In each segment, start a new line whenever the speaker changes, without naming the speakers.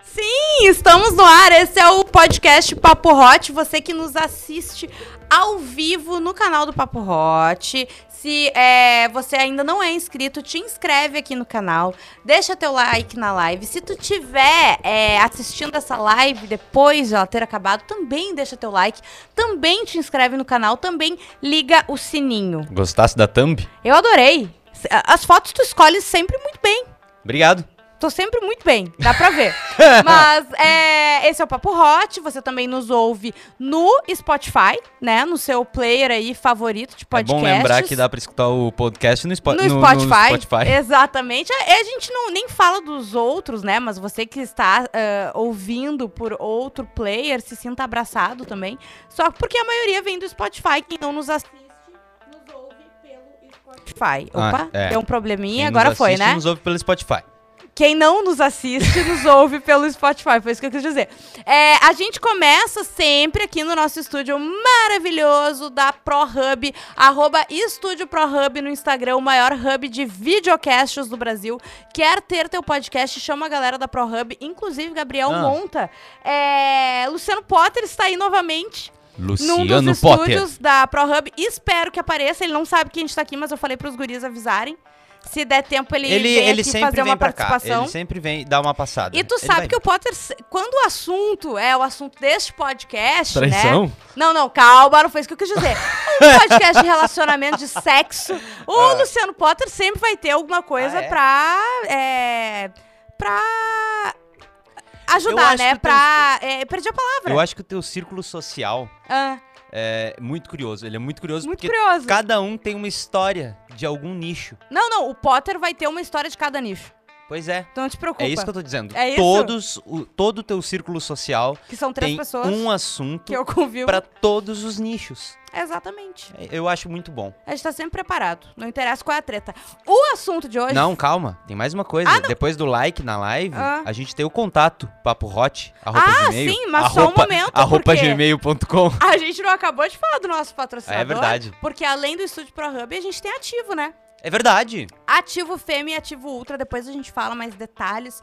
Sim, estamos no ar. Esse é o podcast Papo Hot. Você que nos assiste ao vivo no canal do Papo Hot. Se é, você ainda não é inscrito, te inscreve aqui no canal. Deixa teu like na live. Se tu tiver é, assistindo essa live depois de ela ter acabado, também deixa teu like. Também te inscreve no canal. Também liga o sininho.
Gostasse da thumb?
Eu adorei. As fotos tu escolhes sempre muito bem.
Obrigado.
Tô sempre muito bem, dá pra ver. Mas é, esse é o Papo Hot, você também nos ouve no Spotify, né? No seu player aí favorito de
É bom
podcast.
lembrar que dá pra escutar o podcast no, Spo
no,
no- no
Spotify.
Spotify.
Exatamente. É, A, a gente não nem fala dos outros, né? Mas você que está eh, ouvindo por outro player, se sinta abraçado também. Só porque a maioria vem do Spotify, quem não nos assiste, nos ouve pelo Spotify.
Ah,
Opa,
é.
deu um probleminha,
Quem
agora
nos
foi,
assiste,
né?
nos ouve pelo Spotify.
Quem não nos assiste, nos ouve pelo Spotify. Foi isso que eu quis dizer. É, a gente começa sempre aqui no nosso estúdio maravilhoso da ProHub, arroba Estúdio ProHub no Instagram, o maior hub de videocasts do Brasil. Quer ter teu podcast? Chama a galera da ProHub, inclusive Gabriel
Ah.
Monta. É, Luciano Potter está aí novamente num dos
Luciano Potter.
estúdios da ProHub. Espero que apareça. Ele não sabe que a gente tá aqui, mas eu falei pros guris avisarem. Se der tempo, ele,
Ele,
vem
ele
aqui
sempre
fazer
vem
uma
pra cá.
participação.
Ele sempre vem dar uma passada.
E tu
Ele
sabe
vai.
que o Potter, se- quando o assunto é o assunto deste podcast, né?
Traição?
Não, não, calma, não foi isso que eu quis dizer. Um podcast de relacionamento, de sexo, o Luciano Potter sempre vai ter alguma coisa
Ah, é?
pra... é, pra...
Eu
Ajudar,
acho
né?
que tem-
Pra... é, perdi a palavra.
Eu acho que o teu círculo social
Ah,
é muito curioso. Ele é muito curioso
muito
porque
curioso.
cada um tem uma história de algum nicho.
Não, não, o Potter vai ter uma história de cada nicho.
Pois é.
Então não te preocupa.
É isso que eu tô dizendo.
É isso?
Todos, o, todo o teu círculo social
Que são três
tem
pessoas
um assunto
que eu convivo.
pra todos os nichos.
Exatamente.
Eu acho muito bom.
A gente tá sempre preparado. Não interessa qual é a treta. O assunto de hoje.
Não, calma. Tem mais uma coisa.
Ah,
Depois do like na live,
Ah.
a gente tem o contato. Papo Hot, arroba
Ah,
gmail.
sim, mas só um
arroba-
momento,
Arroba
porque-
gmail.com.
A gente não acabou de falar do nosso patrocinador.
É verdade.
Porque além do Estúdio Pro Hub, a gente tem ativo, né?
É verdade.
Ativo Fêmea e Ativo Ultra. Depois a gente fala mais detalhes.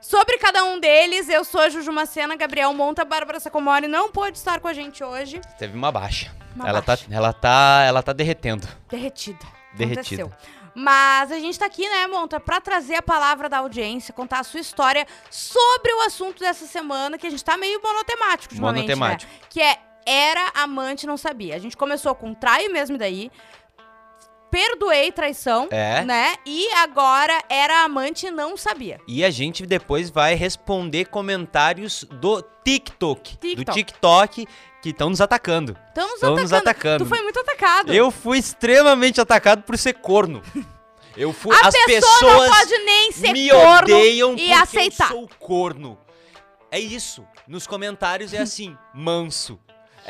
Sobre cada um deles, eu sou a Juju Macena, Gabriel Monta, Bárbara Sacomori não pôde estar com a gente hoje.
Teve uma baixa.
Uma
ela,
baixa.
Tá, ela, tá, ela tá derretendo.
Derretida.
Derretida.
Aconteceu. Mas a gente tá aqui, né, Monta, pra trazer a palavra da audiência, contar a sua história sobre o assunto dessa semana, que a gente tá meio monotemático ultimamente,
Monotemático.
né? Que é era amante, não sabia. A gente começou com traio mesmo e daí, perdoei traição,
É.
né? E agora era amante e não sabia.
E a gente depois vai responder comentários do TikTok. Do
TikTok.
TikTok que estão nos atacando.
Então nos
Tão
atacando.
nos atacando.
Tu foi muito atacado.
Eu fui extremamente atacado por ser corno. Eu fui.
a
as
pessoa
pessoas
não pode nem ser
me
corno.
odeiam
e
porque
aceitar.
eu sou corno. É isso. Nos comentários é assim, manso.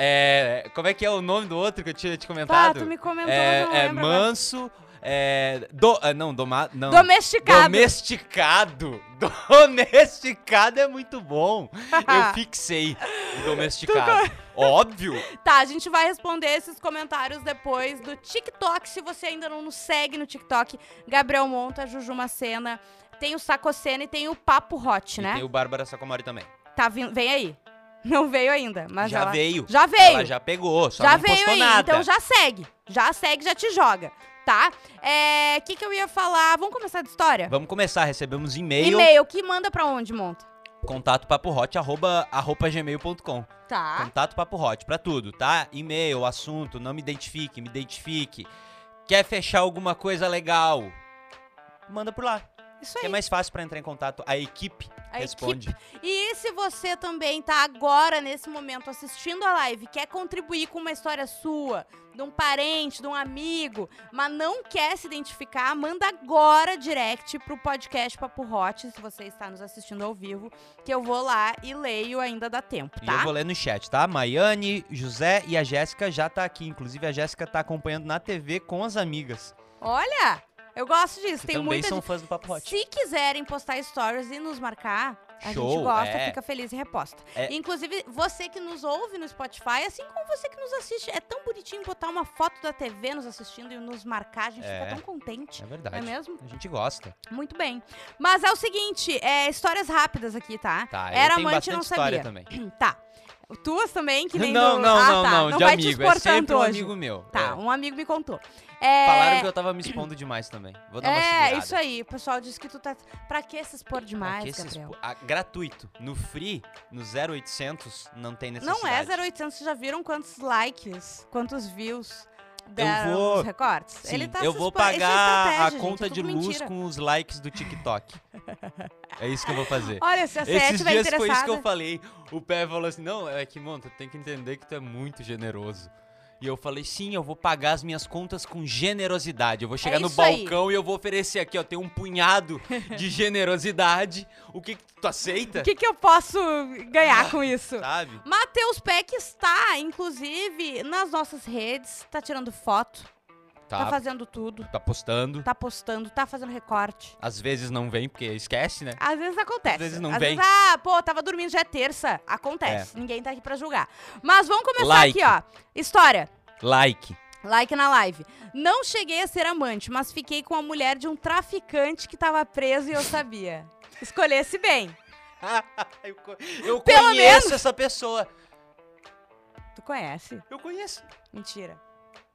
É, como é que é o nome do outro que eu tinha te
Tá,
comentado?
tu me comentou,
é,
eu não lembro
é
né? agora.
manso, é, do, ah, não, doma, não.
Domesticado.
Domesticado. Domesticado é muito bom. Eu fixei o domesticado. Óbvio.
Tá, a gente vai responder esses comentários depois do TikTok. Se você ainda não nos segue no TikTok, Gabriel Monta, Juju Macena, tem o Sacocena e tem o Papo Hot,
E
né?
tem o Bárbara Sacomori também.
Tá vindo, vem aí. Não veio ainda, mas
já
ela...
veio.
Já veio.
Ela já pegou, só
Já
não
veio
postou
aí,
nada.
então já segue. Já segue, já te joga, tá? É, o que que eu ia falar? Vamos começar de história?
Vamos começar, recebemos e-mail,
E-mail, que manda pra onde, Monta?
contato papohot, arroba, arroba gmail.com.
Tá.
Contato Papo Hot, pra tudo, tá? E-mail, assunto, não me identifique, me identifique. Quer fechar alguma coisa legal? Manda por lá.
Isso
que é
aí.
mais fácil pra entrar em contato. A equipe
A
responde.
E se você também tá agora, nesse momento, assistindo a live, quer contribuir com uma história sua, de um parente, de um amigo, mas não quer se identificar, manda agora direct pro podcast Papo Hot, se você está nos assistindo ao vivo, que eu vou lá e leio ainda dá tempo,
E eu
tá?
vou ler no chat, tá? Maiane, José e a Jéssica já tá aqui. Inclusive, a Jéssica tá acompanhando na TV com as amigas.
Olha, eu gosto disso,
Que
tem
também
muita
são fãs do Papo Hot.
Se quiserem postar stories e nos marcar, A
Show,
gente gosta,
é.
fica feliz e reposta.
É.
Inclusive, você que nos ouve no Spotify, assim como você que nos assiste, é tão bonitinho botar uma foto da TV nos assistindo e nos marcar, a gente
É.
fica tão contente.
É verdade.
Não é mesmo?
A gente gosta.
Muito bem. Mas é o seguinte, é histórias rápidas aqui, tá?
Tá,
Era
eu tenho
amante,
bastante
não
história
sabia.
também.
Tá. Tuas também, que nem
não,
do...
não,
ah,
não,
tá.
não, de
vai te
amigo.
expor
É sempre
tanto
um
hoje.
amigo meu.
Tá,
É.
um amigo me contou. É...
Falaram que eu tava me expondo demais também. Vou dar uma segurada.
É, isso aí. O pessoal disse que tu tá... Pra que se expor
Ah,
demais,
que esses
Gabriel?
po- ah, gratuito. No free, no 0800, não tem necessidade.
Não é 0800, vocês já viram quantos likes, quantos views
Eu
deram
vou-
os recortes?
Sim,
Ele tá
eu
se
vou
expo- isso é
pagar a
estratégia,
conta
gente, é
de
tudo
luz
mentira.
com os likes do TikTok. é isso que eu vou fazer.
Olha, se a Sete
Esses
tiver
dias foi isso
interessada...
que eu falei. O Pé falou assim: Não, é que, mano, tu tem que entender que tu é muito generoso. E eu falei: Sim, eu vou pagar as minhas contas com generosidade. Eu vou chegar no
É isso aí.
balcão e eu vou oferecer aqui, ó, tem um punhado de generosidade. O que, que tu aceita?
O que, que eu posso
Ah.
ganhar com isso?
Sabe?
Matheus Peck está, inclusive, nas nossas redes, tá tirando foto, tá,
Tá,
fazendo tudo,
tá postando.
tá postando, tá fazendo recorte.
Às vezes não vem, porque esquece, né?
Às vezes acontece.
Às vezes não
Às
vem. É.
vezes, ah, pô, tava dormindo, já é terça. Acontece. Ninguém tá aqui pra julgar. Mas vamos começar
Like.
aqui, ó. História.
Like.
Like na live. Não cheguei a ser amante, mas fiquei com a mulher de um traficante que tava preso e eu sabia. Escolhesse bem.
eu co- eu
Pelo
conheço essa pessoa.
Tu conhece?
Eu conheço.
Mentira.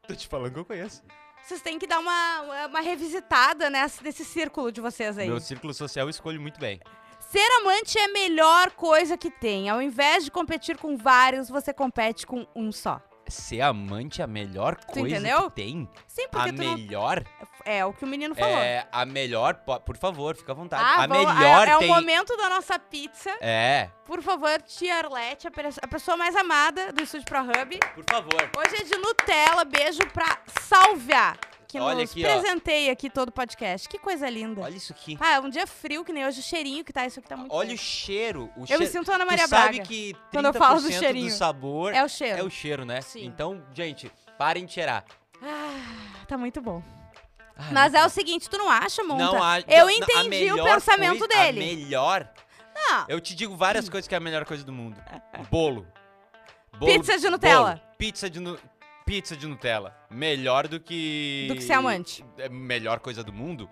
Tô te falando que eu conheço.
Vocês têm que dar uma, uma- uma revisitada nessa- nesse círculo de vocês aí.
Meu círculo social eu escolho muito bem.
Ser amante é a melhor coisa que tem. Ao invés de competir com vários, você compete com um só.
Ser amante é a melhor coisa
entendeu?
que tem.
Sim, porque
A
tu não...
melhor
É o que o menino falou.
é a melhor, po- por favor, fica à vontade.
Ah,
a
vamos-
melhor
é, é
tem
o momento da nossa pizza.
É,
Por favor, tia Arlete, a pe- a pessoa mais amada do Estúdio Pro Hub.
por favor.
Hoje é de Nutella, beijo pra Sálvia, que
Olha
nos
aqui, ó.
presenteia aqui todo o podcast. Que coisa linda.
Olha isso aqui.
Ah, é um dia frio, que nem hoje, o cheirinho que tá, isso aqui tá muito
Olha
bom.
o cheiro, o
Eu
cheiro.
me sinto Ana
Tu
Maria
sabe
Braga.
que 30%
quando eu falo do
do
cheirinho.
sabor
É o cheiro.
é o cheiro, né?
Sim.
Então, gente, parem de cheirar.
Ah, tá muito bom.
Ai,
Mas é o seguinte, tu não acha, Monta?
Não, a,
Eu
não, a
entendi o
melhor
pensamento
coisa-
dele. Ah.
A melhor.
Não.
Eu te digo várias coisas que é a melhor coisa do mundo. Bolo. Bolo-
Pizza de Nutella.
bolo. Pizza de nu- pizza de Nutella. Melhor do que
Do que ser amante.
É a melhor coisa do mundo.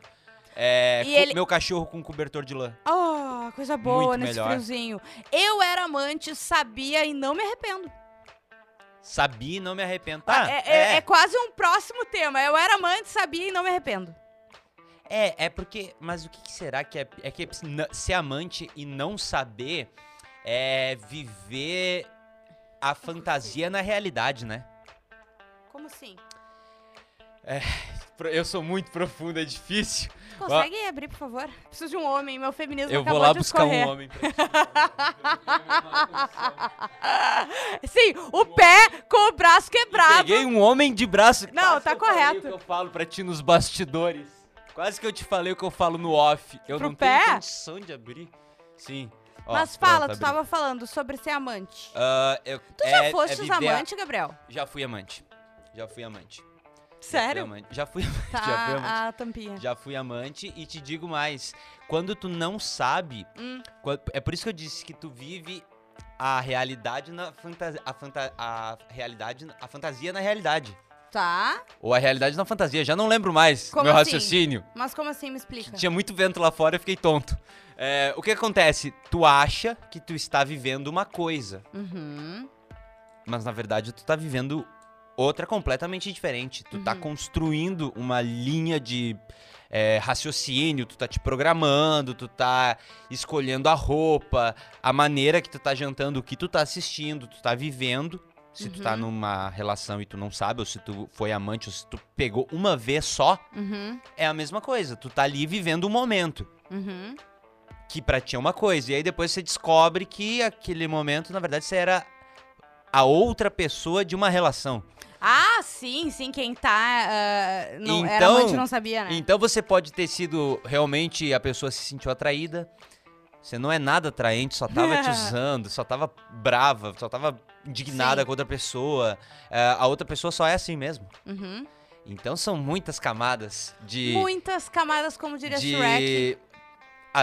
É,
E
co-
ele-
meu cachorro com cobertor de lã.
Oh, coisa boa
Muito
nesse
melhor.
friozinho. Eu era amante, sabia e não me arrependo.
Sabi, não me arrependo.
Ah,
Tá,
é, é- é quase um próximo tema. Eu era amante, sabia e não me arrependo.
É, é porque. Mas o que, que será que é? É que n- ser amante e não saber é viver a fantasia na realidade, né?
Como assim?
Pro- Eu sou muito profundo, é difícil.
Consegue abrir, por favor? Preciso de um homem, meu feminismo
Eu vou
acabou
lá
de
buscar
escorrer.
um homem. pra ti.
Sim, o pé com o braço quebrado.
Peguei um homem de braço.
Não,
Quase
tá
que eu falei
correto.
o que eu falo pra ti nos bastidores. Quase que eu te falei o que eu falo no off. Eu
Pro
não
pé?
tenho condição de abrir. Sim. Ó,
Mas
pronto,
fala, tu
abri.
tava falando sobre ser amante.
Ah, eu-
tu
é-
já
é
foste
viver a-
amante, Gabriel?
Já fui amante. Já fui amante.
Sério?
Já fui amante. Já fui amante. Já fui amante.
Tá, a tampinha.
Já fui amante e te digo mais, quando tu não sabe,
Hum.
quan- é por isso que eu disse que tu vive a realidade na fantasia, a, fanta- a realidade, na- a fantasia na realidade,
Tá,
ou a realidade na fantasia, já não lembro mais
Como
meu
assim?
raciocínio.
mas como assim? Me explica.
Tinha muito vento lá fora, eu fiquei tonto. É, o que acontece? Tu acha que tu está vivendo uma coisa,
Uhum.
mas na verdade tu tá vivendo outra completamente diferente. Tu tá
Uhum.
construindo uma linha de é, raciocínio, tu tá te programando, tu tá escolhendo a roupa, a maneira que tu tá jantando, o que tu tá assistindo, tu tá vivendo. Se tu tá
Uhum.
numa relação e tu não sabe, ou se tu foi amante, ou se tu pegou uma vez só,
Uhum.
é a mesma coisa. Tu tá ali vivendo um momento.
Uhum.
Que pra ti é uma coisa. E aí depois você descobre que aquele momento, na verdade, você era a outra pessoa de uma relação.
Ah, sim, sim, quem tá. ah, não, era
Então-
amante não sabia, né?
Então você pode ter sido realmente a pessoa se sentiu atraída. Você não é nada atraente, só tava te usando, só tava brava, só tava indignada
Sim.
com outra pessoa. É, a outra pessoa só é assim mesmo.
Uhum.
Então são muitas camadas de.
Muitas camadas, como diria Shrek.
de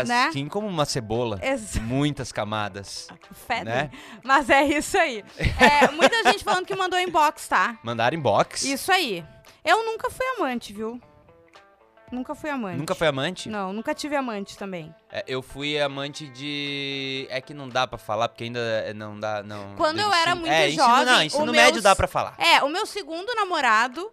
Né?
Assim como uma cebola.
Ex-
Muitas camadas.
Fedem.
Né?
Mas é isso aí. É, muita gente falando que mandou inbox, tá?
Mandaram inbox.
Isso aí. Eu nunca fui amante, viu? Nunca fui amante.
Nunca foi amante?
Não, nunca tive amante também.
É, eu fui amante de. É que não dá pra falar, porque ainda é, não dá. Não,
Quando
do
eu era
ensino-
muito jovem,
é, Ensino,
o
não, ensino
meus-
médio dá pra falar.
É, o meu segundo namorado,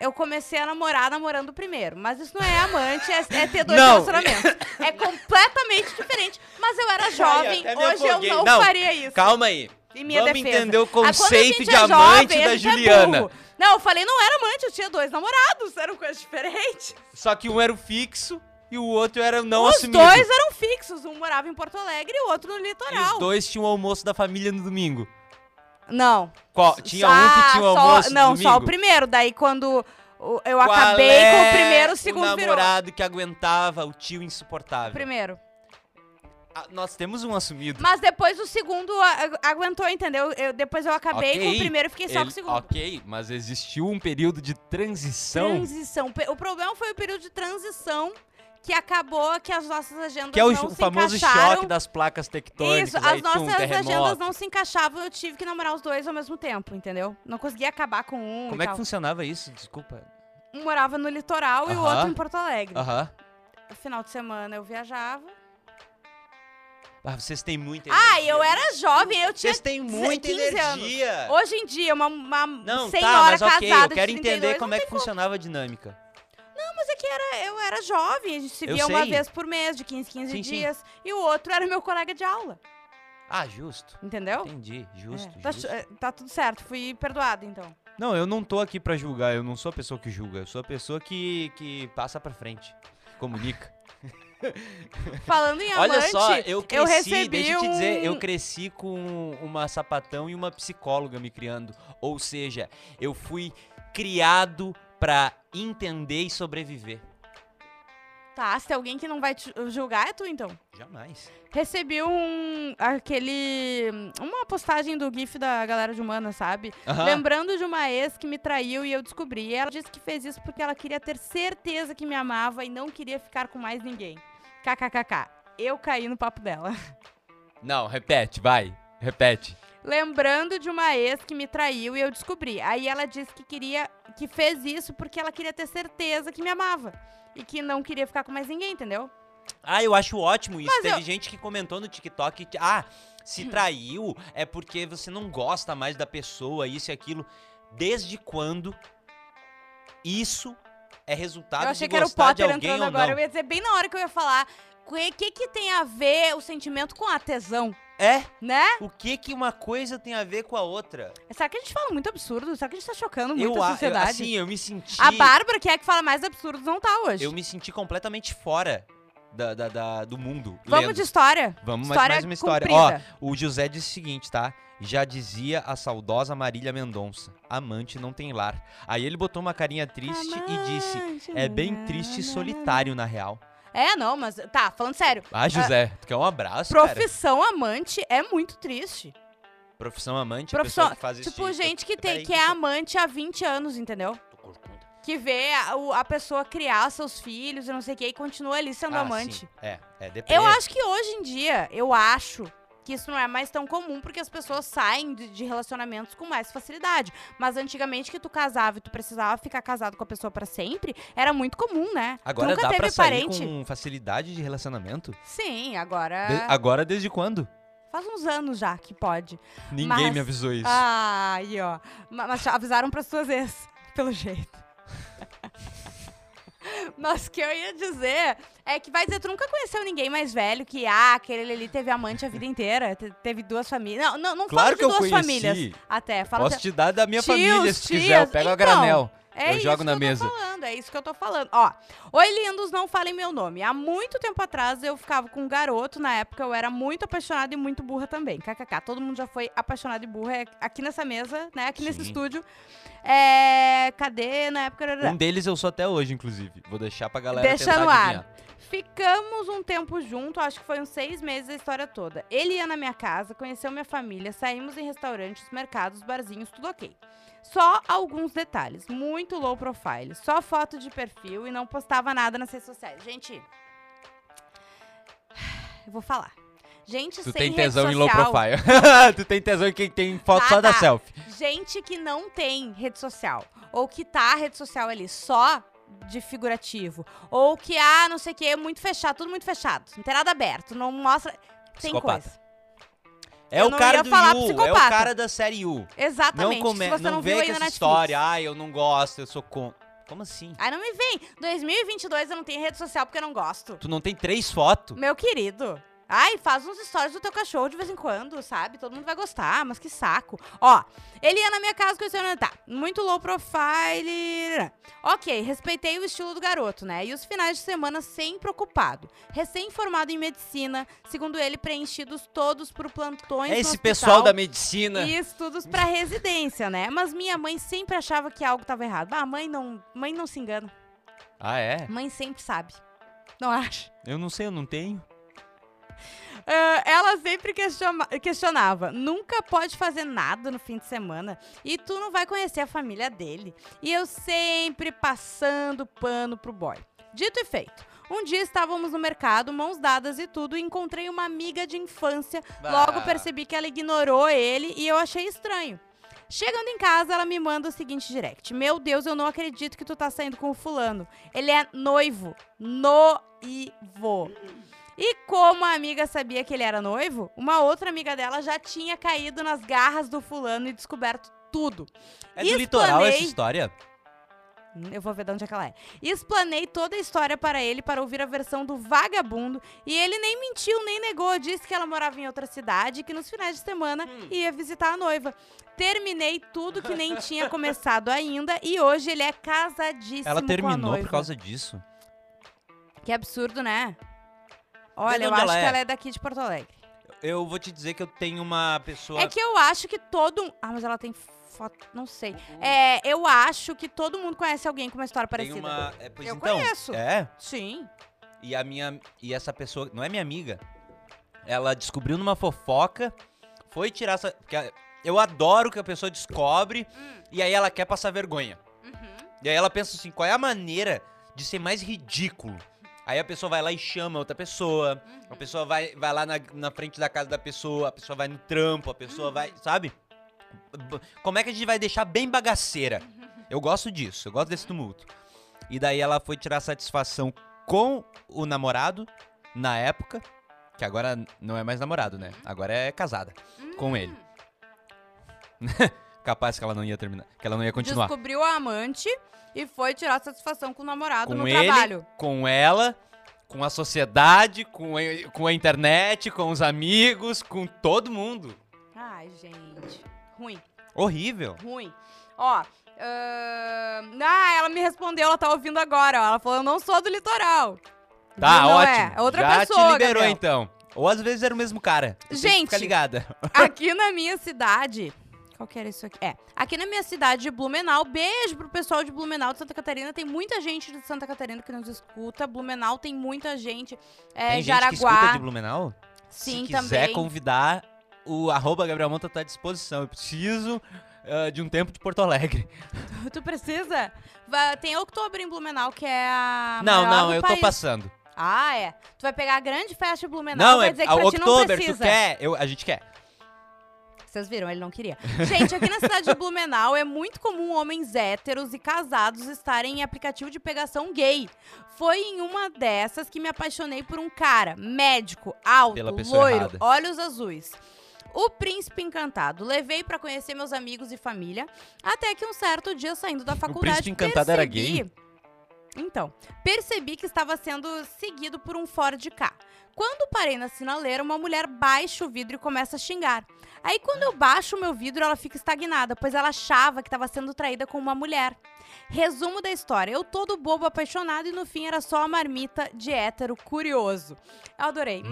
eu comecei a namorar namorando o primeiro. Mas isso não é amante, é, é ter dois
Não.
relacionamentos. É completamente diferente. Mas eu era jovem,
até me
hoje eu
afoguei.
não,
Não,
faria isso.
Calma aí.
Em minha
Vamos
defesa.
entender o
Ah, quando a
conceito
gente
de
é
amante
jovem, a
da
gente é
Juliana.
burro. não, eu falei, não era amante, eu tinha dois namorados, eram coisas diferentes.
Só que um era o fixo e o outro era o não
Os
Então, assumido.
dois eram fixos, um morava em Porto Alegre e o outro no
e os
litoral.
dois tinham o almoço da família no domingo.
Não.
Qual? Tinha um
Ah,
que tinha o
só-
almoço
Não,
no domingo?
só o primeiro. Daí quando o- eu
Qual
acabei com
é
o primeiro, o segundo
o
virou.
namorado que aguentava o tio insuportável.
Primeiro.
Ah, nós temos um assumido.
Mas depois o segundo a- a- aguentou, entendeu? Eu- depois eu acabei
Ok,
com o primeiro e fiquei só com
Ele-
o segundo.
Ok, mas existiu um período de transição
Transição. Pe- O problema foi o período de transição que acabou que as nossas agendas
que é o,
não
o
se
famoso
encaixaram.
choque das placas tectônicas.
Isso,
aí,
as nossas
tum,
agendas
terremoto.
não se encaixavam, eu tive que namorar os dois ao mesmo tempo, entendeu? Não conseguia acabar com um e
Como é que
tal.
funcionava isso? Desculpa.
Um morava no litoral e o
Aham. Ah.
outro em Porto Alegre.
Aham.
Final de semana eu viajava.
Ah, vocês têm muita energia.
Ah, eu era jovem, eu tinha
Vocês têm muita
15 anos.
energia.
Hoje em dia, uma, uma
Não, tá,
senhora
mas ok,
casada
eu quero
de 32,
entender como
não
é que funcionava a dinâmica.
Mas é que era, eu era jovem, a gente se
Eu
via uma
sei.
vez por mês, de 15, 15
Sim, sim.
dias. E o outro era meu colega de aula,
Ah, justo.
entendeu?
Entendi, justo,
É, tá,
justo.
é, tá tudo certo, fui perdoada então.
Não, eu não tô aqui pra julgar, eu não sou a pessoa que julga, eu sou a pessoa que, que passa pra frente, que comunica.
Falando em amante,
Olha só, eu cresci,
recebi
deixa eu te dizer,
um-
eu cresci com uma sapatão e uma psicóloga me criando. Ou seja, eu fui criado pra entender e sobreviver.
Tá, se tem alguém que não vai te julgar, é tu então.
Jamais.
Recebi um. aquele. uma postagem do GIF da galera de humana, sabe?
Aham.
Lembrando de uma ex que me traiu e eu descobri. E ela disse que fez isso porque ela queria ter certeza que me amava e não queria ficar com mais ninguém. KKKK. Eu caí no papo dela.
Não, repete, vai. Repete.
Lembrando de uma ex que me traiu e eu descobri. Aí ela disse que queria. que fez isso porque ela queria ter certeza que me amava. E que não queria ficar com mais ninguém, entendeu?
Ah, eu acho ótimo isso.
Mas
Teve
eu-
gente que comentou no TikTok que, ah, se traiu é porque você não gosta mais da pessoa, isso e aquilo. Desde quando isso é resultado
eu achei
de
que era o
gostar
Potter
de alguém
entrando
ou
agora.
não?
Eu ia dizer bem na hora que eu ia falar. O que, que tem a ver o sentimento com a tesão,
É?
né?
O que que uma coisa tem a ver com a outra?
Será que a gente fala muito absurdo? Será que a gente tá chocando muito
eu,
a
a-
sociedade?
Eu, assim, eu me senti.
A Bárbara, que é a que fala mais absurdos, não tá hoje.
Eu me senti completamente fora da, da- da- do mundo.
Vamos
lendo.
de história.
Vamos mais,
história
mais uma história. Ó,
comprida.
O José disse o seguinte, tá? Já dizia a saudosa Marília Mendonça: amante não tem lar. Aí ele botou uma carinha triste e disse: é bem triste e solitário, na real.
É, não, mas tá, falando sério.
Ah, José, tu quer um abraço, cara?
Profissão amante é muito triste.
Profissão amante,
Profissão-
pessoa que faz isso.
tipo,
isso.
gente que, tem,
Peraí,
que é amante há 20 anos, entendeu?
tô corcunda.
Que vê a, o- a pessoa criar seus filhos e não sei o que, e continua ali sendo
Ah,
amante.
sim. É, é depende.
Eu acho que hoje em dia, eu acho que isso não é mais tão comum, porque as pessoas saem de, de relacionamentos com mais facilidade. Mas antigamente que tu casava e tu precisava ficar casado com a pessoa pra sempre, era muito comum, né? Tu
Agora
Nunca
dá
teve
pra sair
parente.
com facilidade de relacionamento?
Sim, agora.
De- Agora desde quando?
Faz uns anos já que pode.
Ninguém
Mas-
me avisou isso.
Ah, aí, ó. Ma- Mas já avisaram pras suas ex, pelo jeito. Mas o que eu ia dizer é que vai dizer, tu nunca conheceu ninguém mais velho que, ah, aquele ali teve amante a vida inteira, te- teve duas famílias. Não, não, não fala
claro
de
que eu
duas
conheci.
famílias. Até, fala
Posso
de...
te dar da minha
tios,
família se quiser.
tias,
Eu pego
então.
a granel.
É
Eu
isso
jogo
que
na
eu
mesa.
tô falando, é isso que eu tô falando. Ó, oi lindos, não falem meu nome. Há muito tempo atrás eu ficava com um garoto, na época eu era muito apaixonada e muito burra também. KKK, todo mundo já foi apaixonado e burra é, aqui nessa mesa, né? Aqui nesse
Sim.
estúdio. É, cadê? Na época era...
Um deles eu sou até hoje, inclusive. Vou deixar pra galera
né? Deixa
tentar
no ar.
adivinhar.
Ficamos um tempo junto, acho que foi uns seis meses a história toda. Ele ia na minha casa, conheceu minha família, saímos em restaurantes, mercados, barzinhos, tudo ok. Só alguns detalhes, muito low profile, só foto de perfil e não postava nada nas redes sociais. Gente, eu vou falar. Gente
Tu
sem
tem
rede
tesão em low
social,
profile. tu tem tesão em quem tem foto
Ah,
só da
tá.
selfie.
Gente que não tem rede social. Ou que tá a rede social ali só de figurativo. Ou que, ah, não sei o que, é muito fechado, tudo muito fechado. Não tem nada aberto, não mostra. Tem
Psicopata.
coisa.
É
Eu
o
não
cara
ia
do
falar
Yu, é o
psicopata.
cara da série Yu.
Exatamente.
Não, come...
Se você
não,
não, viu
vem
aí
com
na
essa
Netflix.
história, ai, eu não gosto, eu sou contra. Como assim?
Ai, não me vem. 2022 eu não tenho rede social porque eu não gosto.
Tu não tem três fotos?
Meu querido. Ai, faz uns stories do teu cachorro de vez em quando, sabe? Todo mundo vai gostar, mas que saco. Ó, ele ia na minha casa com o senhor. Tá, muito low profile. né? Ok, respeitei o estilo do garoto, né? E os finais de semana sempre ocupado. Recém-formado em medicina, segundo ele, preenchidos todos por plantões.
É
no
esse
hospital
pessoal da medicina.
E estudos pra residência, né? Mas minha mãe sempre achava que algo tava errado. Ah, mãe não, mãe não se engana.
Ah, é?
Mãe sempre sabe. Não acha?
Eu não sei, eu não tenho.
Ah, ela sempre questiona- questionava: nunca pode fazer nada no fim de semana e tu não vai conhecer a família dele. E eu sempre passando pano pro boy. Dito e feito. Um dia estávamos no mercado, mãos dadas e tudo, e encontrei uma amiga de infância. Logo
Ah.
percebi que ela ignorou ele e eu achei estranho. Chegando em casa, ela me manda o seguinte direct: Meu Deus, eu não acredito que tu tá saindo com o fulano. Ele é noivo. Noivo. E como a amiga sabia que ele era noivo, uma outra amiga dela já tinha caído nas garras do fulano e descoberto tudo.
É do litoral essa
Explanei-
história?
Hum, Eu vou ver de onde é que ela é. Explanei toda a história para ele para ouvir a versão do vagabundo e ele nem mentiu nem negou, disse que ela morava em outra cidade e que nos finais de semana
Hum.
ia visitar a noiva. Terminei tudo que nem tinha começado ainda e hoje ele é casadíssimo
Ela
com a
terminou
noiva.
por causa disso.
Que absurdo, né? Olha,
De
eu
onde
acho
ela
que
é?
ela é daqui de Porto Alegre.
Eu vou te dizer que eu tenho uma pessoa.
É que eu acho que todo. um- Ah, mas ela tem foto. Não sei. É, eu acho que todo mundo conhece alguém com uma história
Uhum. tem
parecida.
uma... é, pois
Eu
então,
conheço.
É.
Sim.
E a minha. E essa pessoa. Não é minha amiga. Ela descobriu numa fofoca. Foi tirar essa. porque a- Eu adoro que a pessoa descobre
Hum.
e aí ela quer passar vergonha. E aí ela pensa assim, qual é a maneira de ser mais ridículo? Aí a pessoa vai lá e chama outra pessoa, a pessoa vai, vai lá na, na frente da casa da pessoa, a pessoa vai no trampo, a pessoa vai, sabe? B- Como é que a gente vai deixar bem bagaceira? Eu gosto disso, eu gosto desse tumulto. E daí ela foi tirar satisfação com o namorado, na época, que agora não é mais namorado, né? Agora é casada com ele. Capaz que ela não ia terminar, que ela não ia continuar
Descobriu a amante e foi tirar satisfação com o namorado
com
no
ele,
trabalho.
com ela, com a sociedade, com a, com a internet, com os amigos, com todo mundo.
Ai, gente. Ruim,
Horrível.
ruim. Ó. ahn, Ah, ela me respondeu, ela tá ouvindo agora. Ó. Ela falou: eu não sou do litoral.
Tá,
Não é,
ótimo.
é outra
Já
pessoa,
te liberou
Gabriel.
então. Ou às vezes era o mesmo cara. Você tem que
Gente.
Fica ligada.
Aqui na minha cidade. Qual que era isso aqui? É. Aqui na minha cidade de Blumenau, beijo pro pessoal de Blumenau de Santa Catarina. Tem muita gente de Santa Catarina que nos escuta. Blumenau tem muita gente. É,
Tem gente que escuta
Jaraguá.
de Blumenau?
Sim,
Se quiser
também.
convidar, o arroba Gabriel Monta tá à disposição. Eu preciso ah, de um tempo de Porto Alegre.
Tu precisa? Vai- tem outubro em Blumenau, que é a.
não,
maior
não,
do
eu
país.
tô passando.
Ah, é. Tu vai pegar a grande festa de Blumenau
Não,
vai
é
dizer que
a-
pra ti não
Oktober, tu
precisa.
quer? Eu, a gente quer.
Vocês viram, ele não queria. Gente, aqui na cidade de Blumenau é muito comum homens héteros e casados estarem em aplicativo de pegação gay. Foi em uma dessas que me apaixonei por um cara, médico, alto,
Pela pessoa
loiro,
errada.
olhos azuis. O príncipe encantado. Levei pra conhecer meus amigos e família, até que um certo dia saindo da faculdade,
Príncipe Encantado era
percebi... Então, percebi que estava sendo seguido por um Ford K. Quando parei na sinaleira, uma mulher baixa o vidro e começa a xingar. Aí quando eu baixo o meu vidro, ela fica estagnada, pois ela achava que estava sendo traída com uma mulher. Resumo da história: eu todo bobo apaixonado e no fim era só a marmita de hétero curioso. Eu adorei.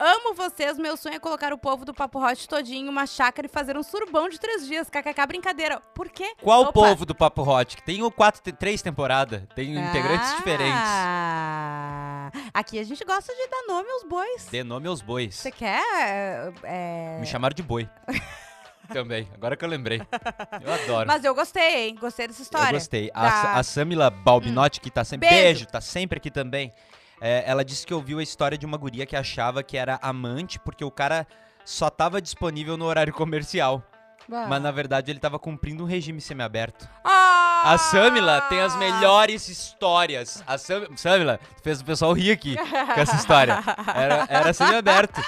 Amo vocês, meu sonho é colocar o povo do Papo Hot todinho em uma chácara e fazer um surbão de três dias. KKK, brincadeira. Por quê?
Qual
Opa.
povo do Papo Hot? Que tem o quatro, te- três temporadas, tem integrantes
Ah,
diferentes.
Aqui a gente gosta de dar nome aos bois.
Dê nome aos bois.
Você quer? é,
Me chamaram de boi. Também, agora que eu lembrei. Eu adoro.
Mas eu gostei, hein? Gostei dessa
eu
história.
gostei. A,
da-
Sa- a Samila Balbinotti, que tá sempre.
Beijo.
Beijo, tá sempre aqui também. É, ela disse que ouviu a história de uma guria que achava que era amante porque o cara só tava disponível no horário comercial. Mas na verdade ele tava cumprindo um regime semiaberto.
Ah!
A Samila tem as melhores histórias. A Sam... Samila fez o pessoal rir aqui com essa história. Era, era assim semiaberto.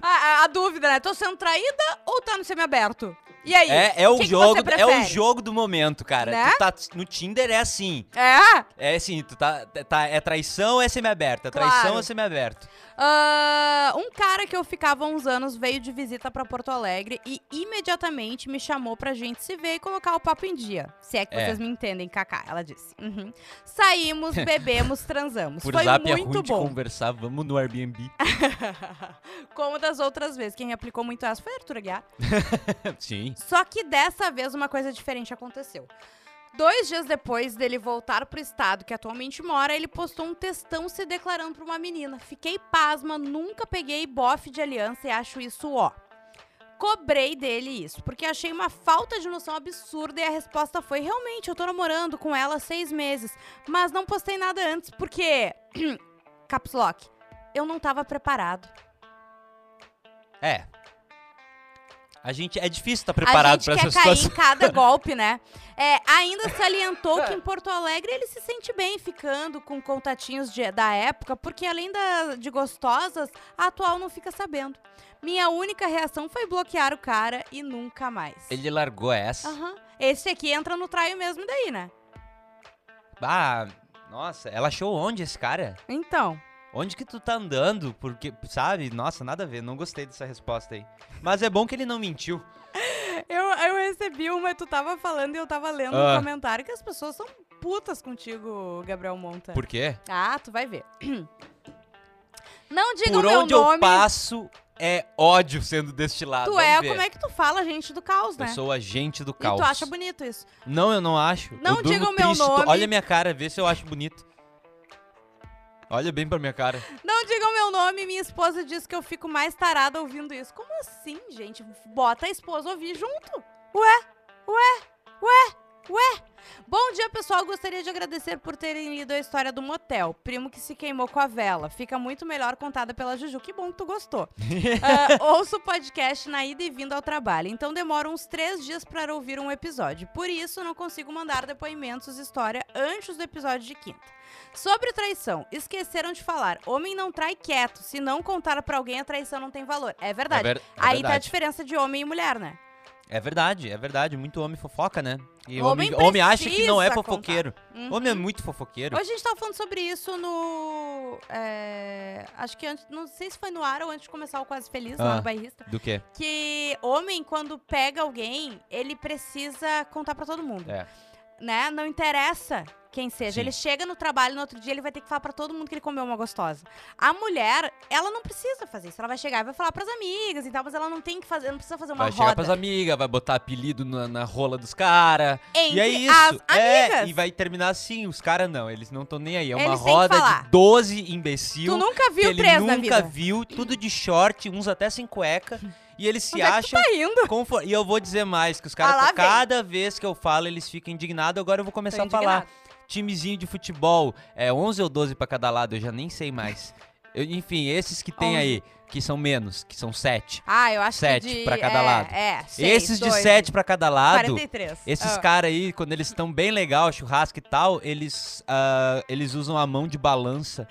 A, a- a dúvida, né? Tô sendo traída ou tá no semiaberto? E aí?
É, é o
que que
jogo,
você
é o
prefere?
jogo do momento, cara.
Né?
Tu tá no Tinder é assim.
É?
É assim, tu tá, tá é traição ou é semiaberto? É traição
Claro.
ou é semiaberto?
Ah, um cara que eu ficava há uns anos veio de visita pra Porto Alegre e imediatamente me chamou pra gente se ver e colocar o papo em dia. Se é que
É.
vocês me entendem, Kaká, ela disse. Uhum. Saímos, bebemos, transamos.
Por
Foi
zap é
muito
ruim de
bom.
conversar, vamos no Airbnb.
Como das outras vezes, quem aplicou muito essa foi a Arthur Guiar.
Sim.
Só que dessa vez uma coisa diferente aconteceu. Dois dias depois dele voltar pro estado que atualmente mora, ele postou um textão se declarando pra uma menina. Fiquei pasma, nunca peguei bofe de aliança e acho isso ó. Cobrei dele isso, porque achei uma falta de noção absurda e a resposta foi: realmente, eu tô namorando com ela há seis meses, mas não postei nada antes porque. Caps Lock, eu não tava preparado.
É. A gente é difícil estar preparado pra
a gente
essa
quer cair em
situação.
cada golpe, né? É, ainda salientou que em Porto Alegre ele se sente bem ficando com contatinhos de- da época, porque além da- de gostosas, a atual não fica sabendo. Minha única reação foi bloquear o cara e nunca mais.
Ele largou essa.
Aham. Esse aqui entra no traio mesmo daí, né?
Ah, nossa, ela achou onde esse cara?
Então.
Onde que tu tá andando? Porque, sabe? Nossa, nada a ver, não gostei dessa resposta aí. Mas é bom que ele não mentiu.
Eu, eu recebi uma, tu tava falando e eu tava lendo
Ah.
um comentário que as pessoas são putas contigo, Gabriel Monta.
Por quê?
Ah, tu vai ver. Não diga
Por
o meu
onde
nome.
eu passo é ódio sendo destilado.
Tu
Ah, Vamos
é,
ver.
como é que tu fala, gente do caos,
Eu
né?
sou agente do
E
caos.
tu acha bonito isso.
Não, eu não acho.
Não
eu durmo
diga o meu
triste, tu-
nome.
Olha minha cara, vê se eu acho bonito. Olha bem pra minha cara. É
Não digam meu nome, minha esposa diz que eu fico mais tarada ouvindo isso. Como assim, gente? Bota a esposa ouvir junto. Ué, ué, ué, ué. Bom dia, pessoal. Gostaria de agradecer por terem lido a história do motel. Primo que se queimou com a vela. Fica muito melhor contada pela Juju. Que bom que tu gostou. Ah, ouço o podcast na ida e vinda ao trabalho, então demora uns três dias para ouvir um episódio. Por isso, não consigo mandar depoimentos e história antes do episódio de quinta. Sobre traição, esqueceram de falar. Homem não trai quieto. Se não contar pra alguém, a traição não tem valor. É verdade.
É ver- é
Aí tá a
verdade.
diferença de homem e mulher, né?
É verdade, é verdade. Muito homem fofoca, né? E
Homem
homem, homem acha que não é
precisa contar.
fofoqueiro.
Uhum.
Homem é muito fofoqueiro.
Hoje a gente tava falando sobre isso no. é, acho que antes. Não sei se foi no ar ou antes de começar o Quase Feliz, lá
Ah.
no bairrista.
Do quê?
que homem, quando pega alguém, ele precisa contar pra todo mundo.
É.
Né? Não interessa quem seja.
Sim.
Ele chega no trabalho no outro dia, ele vai ter que falar pra todo mundo que ele comeu uma gostosa. A mulher, ela não precisa fazer isso. Ela vai chegar e vai falar pras amigas e tal, mas ela não tem que fazer, não precisa fazer uma
Vai chegar
roda
pras amigas, vai botar apelido na, na rola dos caras.
entre
E é isso.
as
É,
amigas.
e vai terminar assim. Os caras não, eles não estão nem aí. É uma
Eles têm que
roda
falar.
de 12 imbecil.
Tu nunca
que
viu
ele
três na
nunca
vida.
viu, tudo de short, uns até sem cueca. E eles se
Onde é que tu
acham
tá indo?
Confo- E eu vou dizer mais, que os
Ah, lá
caras,
vem.
cada vez que eu falo, eles ficam indignados. Agora eu vou começar a falar. Timezinho de futebol, é 11 ou 12 pra cada lado, eu já nem sei mais. Eu- enfim, esses que tem
11.
aí, que são menos, que são 7.
Ah, eu acho
Sete
que de...
pra cada
é,
lado.
É, seis,
Esses de
dois,
7 pra cada lado,
43.
esses
Ah.
caras aí, quando eles estão bem legal, churrasco e tal, eles, ah, eles usam a mão de balança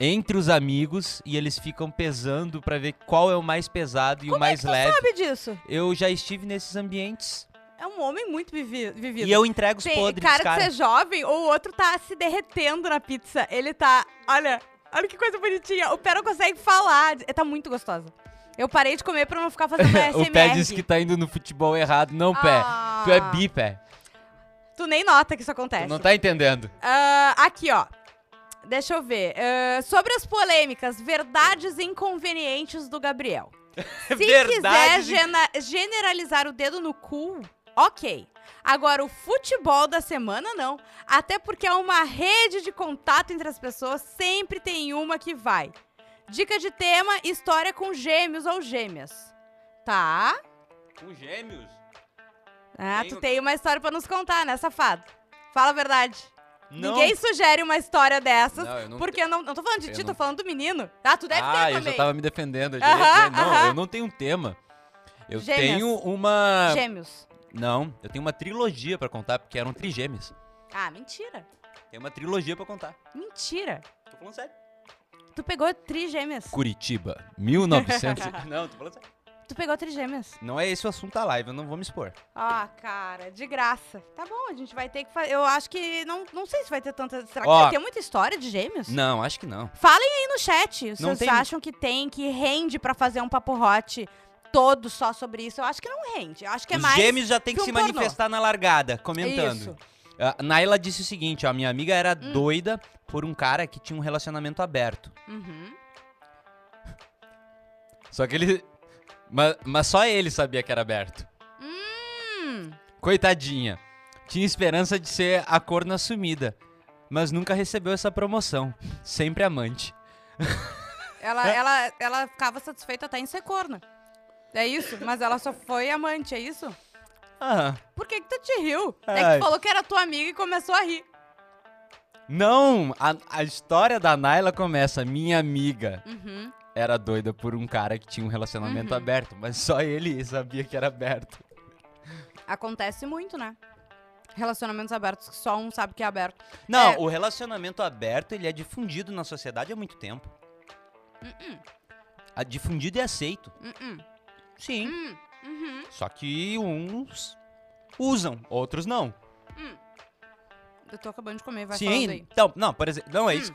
entre os amigos e eles ficam pesando pra ver qual é o mais pesado e o mais leve.
Sabe disso?
Eu já estive nesses ambientes.
É um homem muito vivi- vivido.
E eu entrego os
Tem
podres,
cara,
cara.
de ser jovem ou o outro tá se derretendo na pizza. Ele tá. Olha, olha que coisa bonitinha. O pé não consegue falar. É, Tá muito gostosa. Eu parei de comer pra não ficar fazendo ASMR.
O pé disse que tá indo no futebol errado. Não, pé.
Ah.
Tu é bi, pé.
Tu nem nota que isso acontece.
Tu não tá entendendo.
Ah, aqui, ó. Deixa eu ver. Ah, sobre as polêmicas, verdades inconvenientes do Gabriel. Se quiser
Verdades in-
gena- generalizar o dedo no cu, ok. Agora, o futebol da semana, não. Até porque é uma rede de contato entre as pessoas, sempre tem uma que vai. Dica de tema: história com gêmeos ou gêmeas. Tá?
Com gêmeos?
Ah, tu
Tenho-
tem uma história pra nos contar, né, safado? Fala a verdade.
Não.
Ninguém sugere uma história dessas.
Não, eu não
porque eu não, não tô falando de
eu
ti,
não-
tô falando do menino. Tá? Tu deve
ah,
ter
eu
também.
já tava me defendendo. Eu já
Aham,
ia dizer, não,
aham.
eu não tenho um tema. Eu
Gêmeas.
tenho uma.
Gêmeos.
Não, eu tenho uma trilogia pra contar, porque eram trigêmeos.
Ah, mentira.
Tem uma trilogia pra contar.
Mentira.
Tô falando sério.
Tu pegou trigêmeas.
Curitiba, 1900. e- não, tô falando sério.
Tu pegou trigêmeas.
Não é esse o assunto da live, eu não vou me expor.
Ah, cara, de graça. Tá bom, a gente vai ter que fazer. Eu acho que. Não, não sei se vai ter tanta. Será que
Ó.
vai ter muita história de gêmeos?
Não, acho que não.
Falem aí no chat. Se
Não
vocês
tem-
acham que tem, que rende pra fazer um papo hot todo só sobre isso. Eu acho que não rende. Eu acho que é
Os
mais.
gêmeos já tem que
que um
se
pornô.
manifestar na largada, comentando.
Isso. Hum.
A Naila disse o seguinte, ó, minha amiga era doida por um cara que tinha um relacionamento aberto.
Uhum.
Só que ele... Mas, mas só ele sabia que era aberto.
Hum.
Coitadinha. Tinha esperança de ser a corna sumida, mas nunca recebeu essa promoção. Sempre amante.
Ela,
É.
ela, ela ficava satisfeita até em ser corna. É isso? Mas ela só foi amante, é isso?
Ah,
Por que, que tu te riu? É
Ai.
que tu falou que era tua amiga e começou a rir.
não! A, a história da Naila começa. Minha amiga
Uhum.
era doida por um cara que tinha um relacionamento
Uhum.
aberto, mas só ele sabia que era aberto.
Acontece muito, né? Relacionamentos abertos que só um sabe que é aberto.
Não,
É.
o relacionamento aberto ele é difundido na sociedade há muito tempo. A- difundido e aceito.
Hum, hum.
Sim.
Hum, uhum.
Só que uns usam, outros não.
Eu tô acabando de comer, vai
Sim.
falando aí. Hum.
Então, não, por exemplo, não é isso.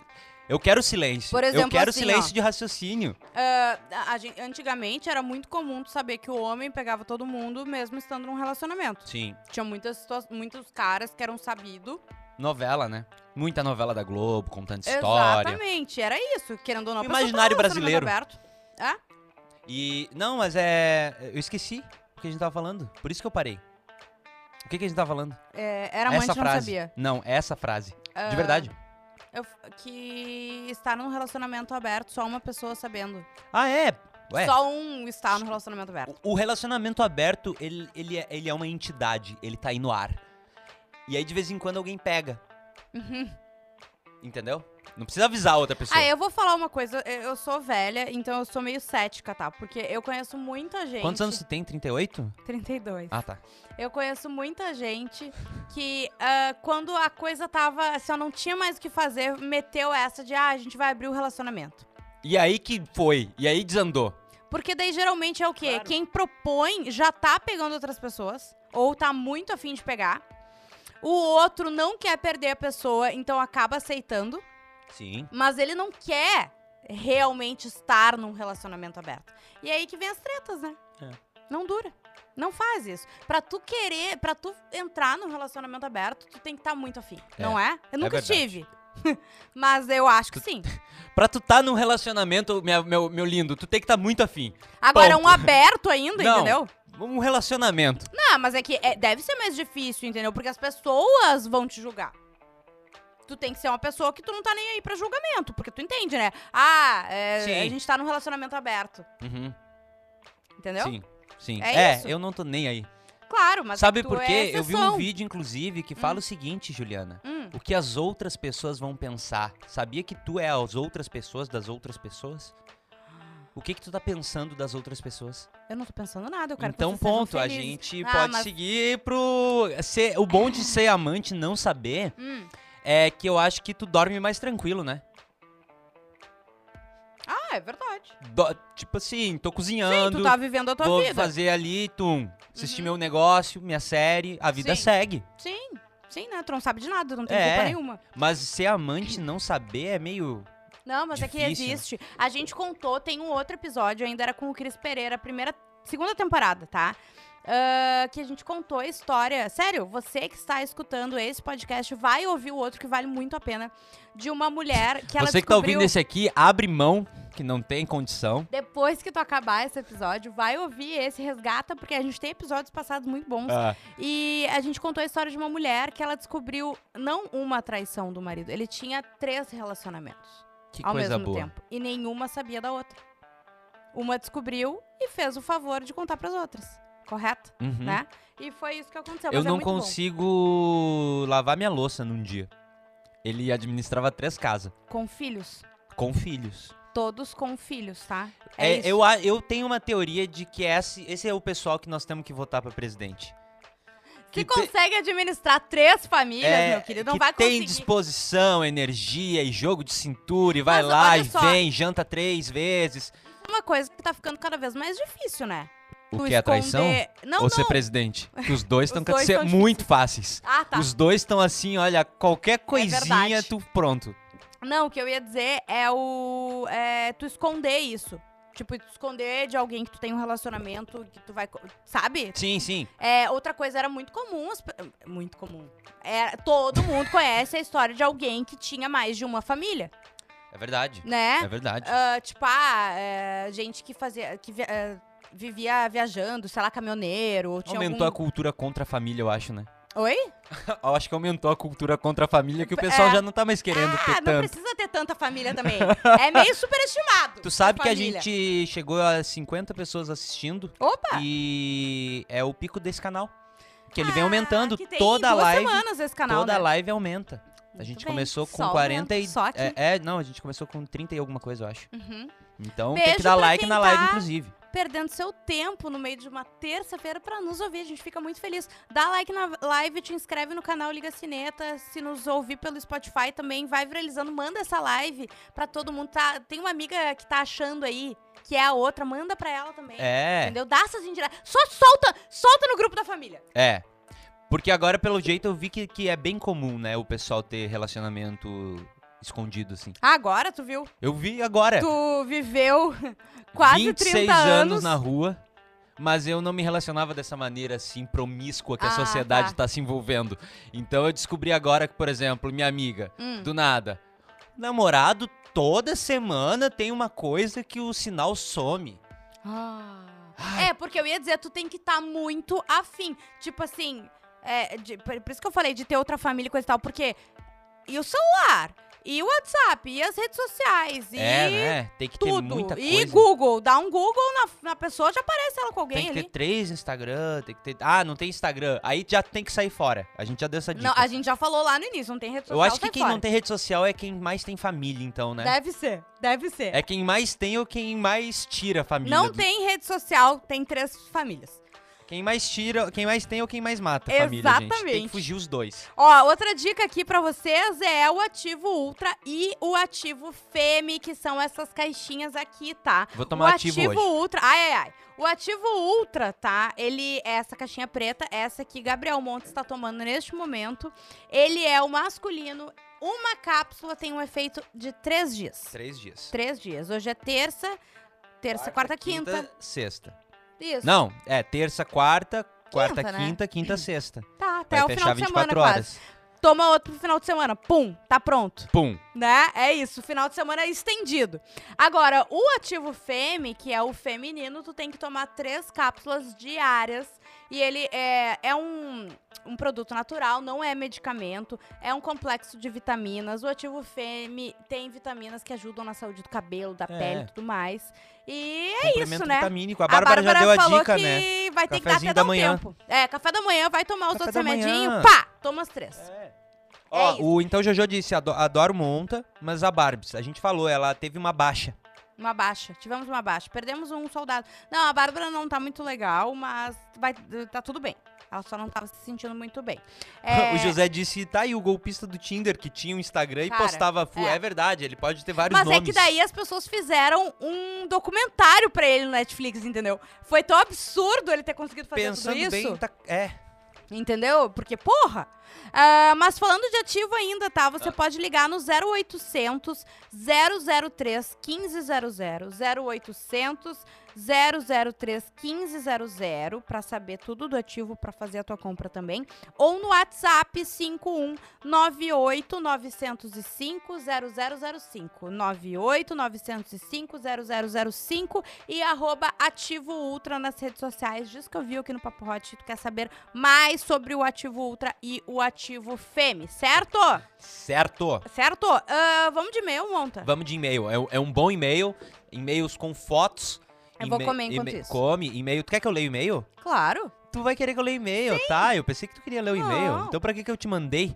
Eu quero silêncio.
Por
eu
exemplo,
quero
assim,
silêncio
ó.
de raciocínio.
Ah, a- a gente- antigamente era muito comum tu saber que o homem pegava todo mundo mesmo estando num relacionamento.
Sim.
Tinha muitas situa- muitos caras que eram sabidos.
Novela, né? Muita novela da Globo contando história.
Exatamente, era isso. Querendo ou não,
O
a pessoa tá
imaginário
num relacionamento
brasileiro.
Aberto. É?
E não, mas é, eu esqueci o que a gente tava falando. Por isso que eu parei. O que, que a gente tava falando?
É, era amante,
essa
não
frase.
sabia. Ah.
Não, essa frase. De verdade.
Eu f- que estar num relacionamento aberto, só uma pessoa sabendo.
Ah, é. Ué.
Só um está no relacionamento aberto.
O relacionamento aberto, ele, ele, é, ele é uma entidade, ele tá aí no ar. E aí, de vez em quando, alguém pega. Entendeu? Não precisa avisar a outra pessoa.
Uhum. Ah, eu vou falar uma coisa. Eu eu sou velha, então eu sou meio cética, tá? Porque eu conheço muita gente.
Quantos anos tu tem? 38?
32.
Ah, tá.
Eu conheço muita gente que ah, quando a coisa tava. Se eu não tinha mais o que fazer, meteu essa de, ah, a gente vai abrir o relacionamento.
E aí que foi. E aí desandou.
Porque daí geralmente é o quê?
Claro.
Quem propõe já tá pegando outras pessoas, ou tá muito afim de pegar. O outro não quer perder a pessoa, então acaba aceitando,
Sim.
mas ele não quer realmente estar num relacionamento aberto. E é aí que vem as tretas, né?
É.
Não dura. Não faz isso. Pra tu querer, pra tu entrar num relacionamento aberto, tu tem que estar muito afim,
É.
não é? Eu nunca
verdade.
tive. mas eu acho que sim.
Pra tu tá num relacionamento, minha- meu, meu lindo, tu tem que tá muito afim.
Agora,
Ponto.
um aberto ainda,
Não.
entendeu?
Um relacionamento.
Ah, mas é que é- deve ser mais difícil, entendeu? Porque as pessoas vão te julgar. Tu tem que ser uma pessoa que tu não tá nem aí pra julgamento, porque tu entende, né? Ah, é,
Sim.
a gente tá num relacionamento aberto,
Uhum.
entendeu?
Sim. Sim.
É isso.
eu não tô nem aí.
Claro, mas
Sabe
tu
por
é
quê? eu vi um
exceção.
vídeo, inclusive, que fala o seguinte, Juliana.
Hum,
O que as outras pessoas vão pensar? Sabia que tu é as outras pessoas das outras pessoas? O que que tu tá pensando das outras pessoas?
eu não tô pensando nada, eu quero
então
que vocês sejam
ponto, a
felizes.
gente
Ah,
pode
mas-
seguir pro ser, o bom de ser amante e não saber
Hum.
é que eu acho que tu dorme mais tranquilo, né?
Ah, é verdade.
Do- tipo assim, tô
Sim,
cozinhando,
tu tá vivendo a tua
vou
vida. Uhum.
fazer ali, tum, assistir meu negócio, minha série, a vida
Sim.
segue.
Sim, sim, né? Tu não sabe de nada, não tem
É.
culpa nenhuma.
Mas ser amante e não saber é meio
Não, mas é que
Difícil, né?
existe. A gente contou, tem um outro episódio, ainda era com o Cris Pereira, a primeira, segunda temporada, tá? Ah, que a gente contou a história. Sério, você que está escutando esse podcast vai ouvir o outro que vale muito a pena. De uma mulher que ela
Você que tá
descobriu.
ouvindo esse aqui, abre mão, que não tem condição.
Depois que tu acabar esse episódio, vai ouvir esse resgata, porque a gente tem episódios passados muito bons.
É.
E a gente contou a história de uma mulher que ela descobriu não uma traição do marido. Ele tinha três relacionamentos.
que
ao
coisa
mesmo
boa.
tempo. E nenhuma sabia da outra. Uma descobriu e fez o favor de contar pras outras. Correto?
Uhum.
Né? E foi isso que aconteceu.
Eu
mas é
não
muito bom.
consigo lavar minha louça num dia. Ele administrava três casas,
Com filhos.
com filhos.
Todos com filhos, tá?
É,
isso.
eu, a- eu tenho uma teoria de que esse, esse é o pessoal que nós temos que votar pra presidente.
Se
que te-
consegue administrar três famílias,
É,
meu querido, não
que
vai
tem
conseguir.
disposição, energia e jogo de cintura e vai
Mas
lá
olha
e
só.
vem, janta três vezes.
Uma coisa que tá ficando cada vez mais difícil, né?
O
Tu
que é traição?
esconder- Não,
Ou
não.
ser presidente? Que os dois estão
Os dois
ser
são
muito fáceis.
Ah, tá. É
Os dois estão assim, olha, qualquer coisinha,
verdade.
tu pronto.
Não, o que eu ia dizer é o. É, tu esconder isso. Tipo, tu esconder de alguém que tu tem um relacionamento, que tu vai. co- Sabe?
Sim, sim.
É, outra coisa era muito comum. as pe- Muito comum. É, todo mundo conhece a história de alguém que tinha mais de uma família,
É verdade.
né?
É verdade.
Ah, tipo, ah, é, gente que fazia. que via- ah, vivia viajando, sei lá, caminhoneiro. Ou tinha
Aumentou a
algum...
cultura contra a família, eu acho, né?
Oi?
Eu acho que aumentou a cultura contra a família que o pessoal
É.
já não tá mais querendo
ah,
ter
não
tanto.
precisa ter tanta família também. é meio superestimado.
Tu sabe que a
família.
gente chegou a 50 pessoas assistindo
Opa!
e é o pico desse canal. Que ele vem
Ah,
aumentando
que tem
toda a
duas
live.
semanas esse canal,
toda
né?
a live aumenta. A
Muito
gente
bem,
começou com
só
40 e
aumenta, Só aqui.
é, é, não, a gente começou com 30 e alguma coisa, eu acho.
Uhum.
Então tem
Beijo
que dar
pra
like
quem
na live
tá.
inclusive.
Perdendo seu tempo no meio de uma terça-feira pra nos ouvir, a gente fica muito feliz. Dá like na live, te inscreve no canal Liga Cineta, se nos ouvir pelo Spotify também, vai viralizando, manda essa live pra todo mundo. Tá, tem uma amiga que tá achando aí, que é a outra, manda pra ela também.
É.
Entendeu? Dá essas indiretas. Só solta, solta no grupo da família.
É. Porque agora pelo jeito eu vi que, que é bem comum, né, o pessoal ter relacionamento escondido assim.
Agora, tu viu?
Eu vi agora.
Tu viveu quase
26
30 anos.
anos na rua, mas eu não me relacionava dessa maneira assim promíscua que a
Ah,
sociedade
tá.
tá se envolvendo. Então eu descobri agora que, por exemplo, minha amiga,
Hum.
do nada, namorado toda semana tem uma coisa que o sinal some.
É, porque eu ia dizer, tu tem que estar muito afim. Tipo assim, é, de- por por isso que eu falei de ter outra família e coisa e tal, porque. E o celular, e o WhatsApp, e as redes sociais, e
É, né? Tem que ter
tudo.
muita coisa.
E Google. Dá um Google na, na pessoa, já aparece ela com alguém
tem que
ali.
ter três Instagram, tem que ter. Ah, não tem Instagram. Aí já tem que sair fora. A gente já deu essa dica.
Não, a gente já falou lá no início, não tem rede social.
eu acho que
sai
quem
fora.
não tem rede social é quem mais tem família, então, né?
Deve ser, deve ser.
É quem mais tem ou quem mais tira a família.
não
do-
tem rede social, tem três famílias.
Quem mais tira, quem mais tem ou quem mais mata a família, gente. Tem que
Exatamente.
fugir os dois.
Ó, outra dica aqui pra vocês é o ativo Ultra e o ativo Femi, que são essas caixinhas aqui, tá?
Vou
o
tomar um ativo, hoje.
Ultra, ai ai ai. O ativo Ultra, tá? Ele é essa caixinha preta, essa que Gabriel Montes está tomando neste momento. Ele é o masculino. Uma cápsula tem um efeito de três dias.
Três dias.
Três dias. Hoje é terça, é terça, quarta, quinta.
sexta.
Isso.
Não, é terça, quarta, quarta,
Quinta, né?
quinta, quinta, sexta.
Tá,
Vai
até o final
fechar
de semana
24
quase.
horas.
Toma outro pro final de semana. Pum, tá pronto.
Pum.
né? É isso, final de semana é estendido. Agora, o ativo fêmea, que é o feminino, tu tem que tomar três cápsulas diárias. E ele é, é um, um produto natural, não é medicamento, é um complexo de vitaminas. O ativo fêmea tem vitaminas que ajudam na saúde do cabelo, da
É.
pele e tudo mais. E é
Complemento
isso, né?
vitamínico. A Bárbara, já deu a
falou
dica,
que
né?
vai ter que dar até
Cafezinho
dar
da
um
manhã.
tempo. É, café da manhã, vai tomar os
Café
outros
da manhã.
remedinhos, pá, toma os três.
Ó,
É. isso.
o então Jojo disse, "Ado- adoro monta, mas a Barbie, a gente falou, ela teve uma baixa.
Uma baixa, tivemos uma baixa. Perdemos um soldado. Não, a Bárbara não tá muito legal, mas vai, tá tudo bem. Ela só não tava se sentindo muito bem. É,
O José disse, tá aí o golpista do Tinder que tinha um Instagram
Cara,
e postava full.
é.
É. verdade, ele pode ter vários
mas
nomes.
é que daí as pessoas fizeram um documentário pra ele no Netflix, entendeu? Foi tão absurdo ele ter conseguido fazer
Pensando
tudo isso.
bem, tá- é,
Entendeu? Porque, porra! Ah, mas falando de ativo ainda, tá? Você
Ah.
pode ligar no 0800 003 1500, 0800 003 1500 pra saber tudo do ativo, pra fazer a tua compra também. Ou no WhatsApp 5198 905 0005. 98 905 0005 e arroba Ativo Ultra nas redes sociais. Diz que eu vi aqui no Papo Hot, tu quer saber mais sobre o Ativo Ultra e o Ativo Femi, certo?
certo.
Certo? Ah, vamos de e-mail, Monta.
Vamos de e-mail. É, um- é um bom e-mail. E-mails com fotos.
Eu vou
e-ma-
comer enquanto
e-ma-
isso.
Come, e-mail. Tu quer que eu leia o e-mail?
Claro.
Tu vai querer que eu leia o e-mail, tá? Eu pensei que tu queria ler o e-mail.
Não.
Então pra que que eu te mandei?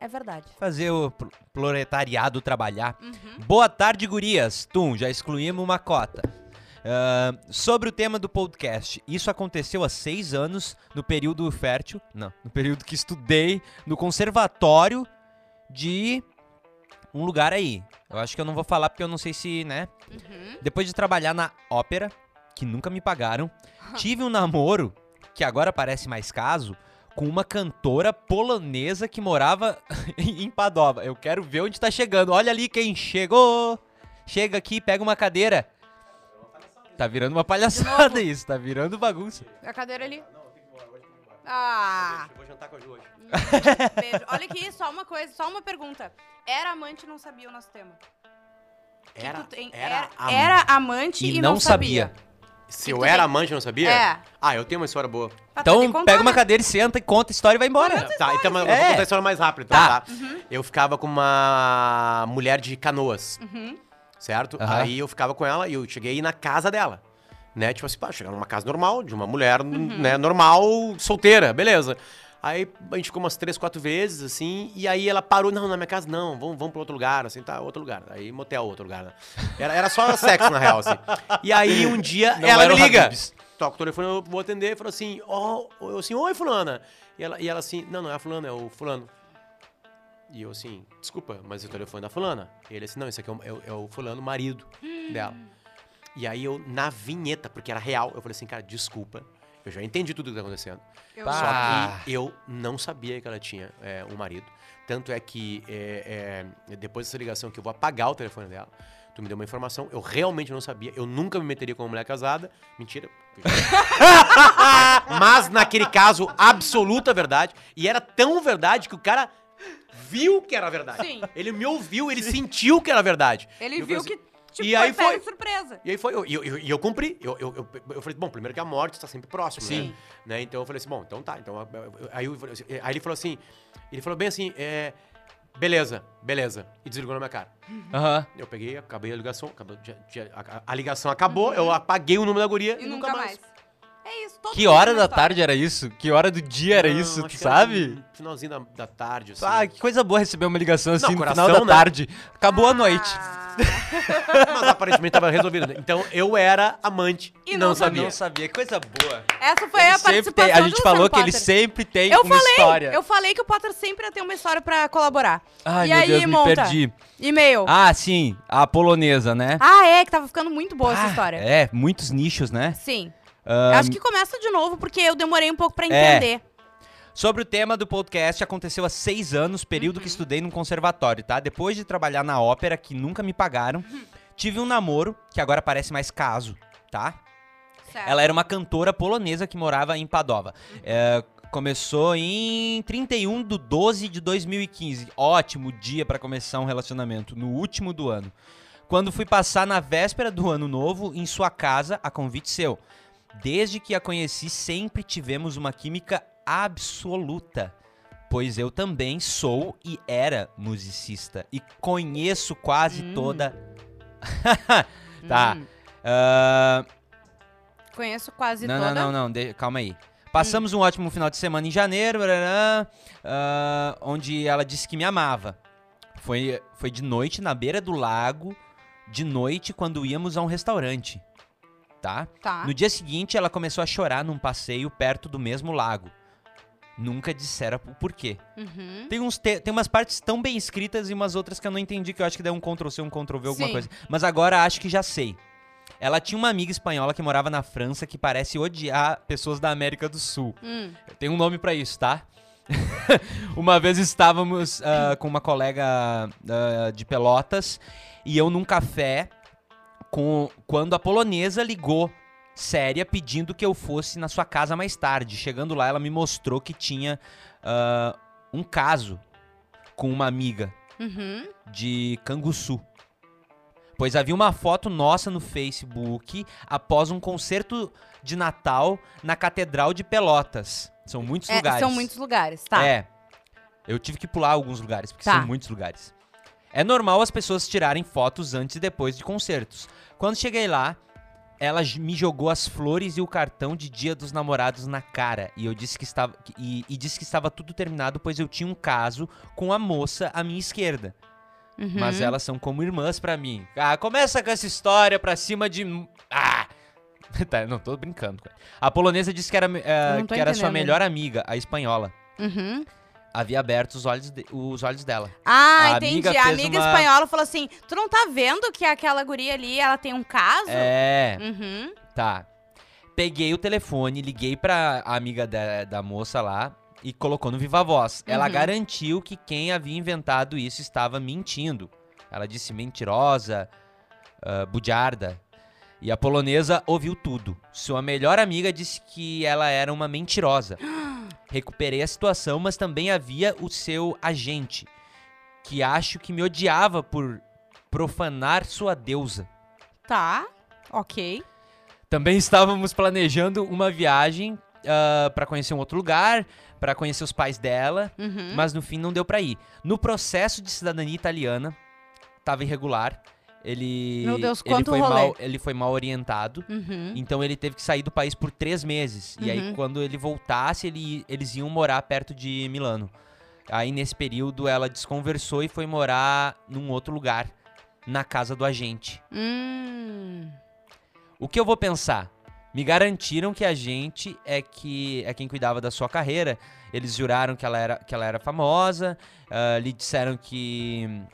É verdade.
Fazer o pl- proletariado trabalhar.
Uhum.
Boa tarde, gurias. Tum, já excluímos uma cota. Ah, sobre o tema do podcast, isso aconteceu há seis anos, no período fértil, não, no período que estudei no conservatório de um lugar aí. Eu acho que eu não vou falar porque eu não sei se, né?
Uhum.
Depois de trabalhar na ópera, que nunca me pagaram, tive um namoro, que agora parece mais caso, com uma cantora polonesa que morava em Padova. Eu quero ver onde tá chegando. Olha ali quem chegou. Chega aqui, pega uma cadeira. Tá virando uma palhaçada isso, tá virando bagunça.
A cadeira ali. Ah,
Vou jantar com a Ju hoje.
beijo. Olha aqui, só uma coisa, só uma pergunta. Era amante e não sabia o nosso tema. O que
Era,
tu tem-
era,
era- era amante
E
e,
não
não sabia. Tá
Se
que
eu
tu
era
tem?
amante, eu não sabia?
É.
Ah, eu tenho uma história boa.
Pra
Então
poder contar,
pega uma
né?
cadeira e senta e conta a história e vai embora.
Tá, então mas eu
É.
vou contar a história mais rápido, então,
Tá.
tá?
Uhum.
Eu ficava com uma mulher de canoas,
Uhum.
certo?
Aham.
Aí eu ficava com ela e eu cheguei na casa dela. Né? Tipo assim, pá, chegar numa casa normal, de uma mulher,
Uhum.
né, normal, solteira, beleza. Aí a gente ficou umas três, quatro vezes, assim, e aí ela parou, não, na minha casa não, vamos, vamos pra outro lugar, assim, tá, outro lugar. Aí motel, outro lugar, né? Era, era só sexo, na real, assim. E aí um dia
Não
ela
era
me
o
liga.
Habib's.
Toca o telefone, eu vou atender, e falou assim, ó, eu assim, oi, fulana. E ela, e ela assim, não, não é a fulana, é o fulano. E eu assim, desculpa, mas o telefone da fulana. E ele assim, não, esse aqui é o, é o- é o fulano, marido dela. E aí eu, na vinheta, porque era real, eu falei assim, cara, desculpa. Eu já entendi tudo que tá acontecendo.
Eu-
Pá. Ah.
Só que eu não sabia que ela tinha é, um marido. Tanto é que é, é, depois dessa ligação que eu vou apagar o telefone dela, tu me deu uma informação, eu realmente não sabia, eu nunca me meteria com uma mulher casada. Mentira. Mas naquele caso, absoluta verdade. E era tão verdade que o cara viu que era verdade.
Sim.
Ele me ouviu, ele sentiu que era verdade.
Ele
Eu
viu
falei
que
assim,
tipo,
E aí
foi pego
foi-
de surpresa.
e aí foi, eu- e eu, eu, e eu cumpri. Eu, eu, eu, eu falei, bom, primeiro que a morte está sempre próximo, né?
Sim.
né? Então eu falei assim, bom, então tá. Então, eu- eu- aí, eu falei assim- aí ele falou assim, ele falou bem assim, é, beleza, beleza. E desligou na minha cara.
Aham.
Eu peguei, acabei a ligação, acabou, já- já- a, a- a ligação acabou, eu apaguei o número da guria
Uhum. E, nunca mais. É isso. todo
Que
mundo
hora
tem
da
uma história.
tarde era isso? Que hora do dia era
Não,
isso,
acho
tu
que era um
sabe?
no Finalzinho da, da tarde, assim.
Ah, que coisa boa receber uma ligação assim
Não,
no
coração,
final da
né?
tarde. Acabou a noite.
Ah,
Mas aparentemente tava resolvido. né? Então eu era amante
E
e não,
não
sabia.
Não sabia, coisa boa.
Essa foi É a
sempre
participação
tem, a
do
gente
Luciano
falou que ele
Potter.
sempre tem
Eu
uma
falei,
história.
eu falei que o Potter sempre ia ter uma história pra colaborar.
Ai,
e
meu
aí,
Deus, me
monta.
perdi.
E-mail. Ah.
Ah, sim, a polonesa, né?
é, que tava ficando muito boa essa
Ah,
história.
É, muitos nichos, né?
Sim. Eu Acho que começa de novo, porque eu demorei um pouco pra
É.
entender.
Sobre o tema do podcast, aconteceu há seis anos, período
Uhum.
que estudei num conservatório, tá? Depois de trabalhar na ópera, que nunca me pagaram,
Uhum.
tive um namoro, que agora parece mais caso, tá?
Certo.
Ela era uma cantora polonesa que morava em Padova. É, começou em 31 de 12 de 2015. Ótimo dia para começar um relacionamento, no último do ano. Quando fui passar na véspera do ano novo em sua casa, a convite seu. Desde que a conheci, sempre tivemos uma química absoluta. Pois eu também sou e era musicista. E conheço quase
Hum.
toda. tá.
Hum,
Ahn,
conheço quase
não,
toda.
Não, não, não, de- calma aí. Passamos um ótimo final de semana em janeiro, barará, ah, onde ela disse que me amava. Foi, foi de noite na beira do lago, de noite quando íamos a um restaurante, tá?
Tá.
No dia seguinte ela começou a chorar num passeio perto do mesmo lago. Nunca disseram o porquê.
Uhum.
Tem, uns te- tem umas partes tão bem escritas e umas outras que eu não entendi, que eu acho que deu um Ctrl-C, um Ctrl-V, alguma
Sim.
coisa. Mas agora acho que já sei. Ela tinha uma amiga espanhola que morava na França que parece odiar pessoas da América do Sul.
Hum.
Tem um nome pra isso, tá? uma vez estávamos ah, com uma colega ah, de Pelotas e eu num café com quando a polonesa ligou séria pedindo que eu fosse na sua casa mais tarde. Chegando lá, ela me mostrou que tinha ah, um caso com uma amiga
Uhum.
de Canguçu. Pois havia uma foto nossa no Facebook após um concerto de Natal na Catedral de Pelotas. São muitos
É,
lugares.
são muitos lugares, tá.
É. Eu tive que pular alguns lugares, porque
Tá.
são muitos lugares. É normal as pessoas tirarem fotos antes e depois de concertos. Quando cheguei lá, ela j- me jogou as flores e o cartão de Dia dos Namorados na cara. E eu disse que estava. que- E, e disse que estava tudo terminado, pois eu tinha um caso com a moça à minha esquerda.
Uhum.
Mas elas são como irmãs pra mim. Ah, começa com essa história pra cima de. Ah! tá, eu não tô brincando. cara. A polonesa disse que era, eh,
não tô
que era sua
entendendo.
melhor amiga, a espanhola.
Uhum.
Havia aberto os olhos, de- os olhos dela.
Ah,
A
entendi.
amiga
a
fez
amiga
uma-
espanhola falou assim: tu não tá vendo que aquela guria ali, ela tem um caso?
É.
Uhum.
Tá. Peguei o telefone, liguei pra amiga da, da moça lá e colocou no Viva Voz. Ela
Uhum.
garantiu que quem havia inventado isso estava mentindo. Ela disse mentirosa, ah, budiarda. E a polonesa ouviu tudo. Sua melhor amiga disse que ela era uma mentirosa. Recuperei a situação, mas também havia o seu agente, que acho que me odiava por profanar sua deusa.
Tá. Ok.
Também estávamos planejando uma viagem ah, pra conhecer um outro lugar, pra conhecer os pais dela,
Uhum.
mas no fim não deu pra ir. No processo de cidadania italiana, tava irregular. Ele
Meu Deus,
ele
quanto
foi
rolê.
mal, ele foi mal orientado.
Uhum.
Então ele teve que sair do país por três meses. E aí,
Uhum.
quando ele voltasse, ele- eles iam morar perto de Milano. Aí, nesse período, ela desconversou e foi morar num outro lugar, na casa do agente.
Hum.
O que eu vou pensar? Me garantiram que a gente é que é quem cuidava da sua carreira. Eles juraram que ela era, que ela era famosa, ah, lhe disseram que hum,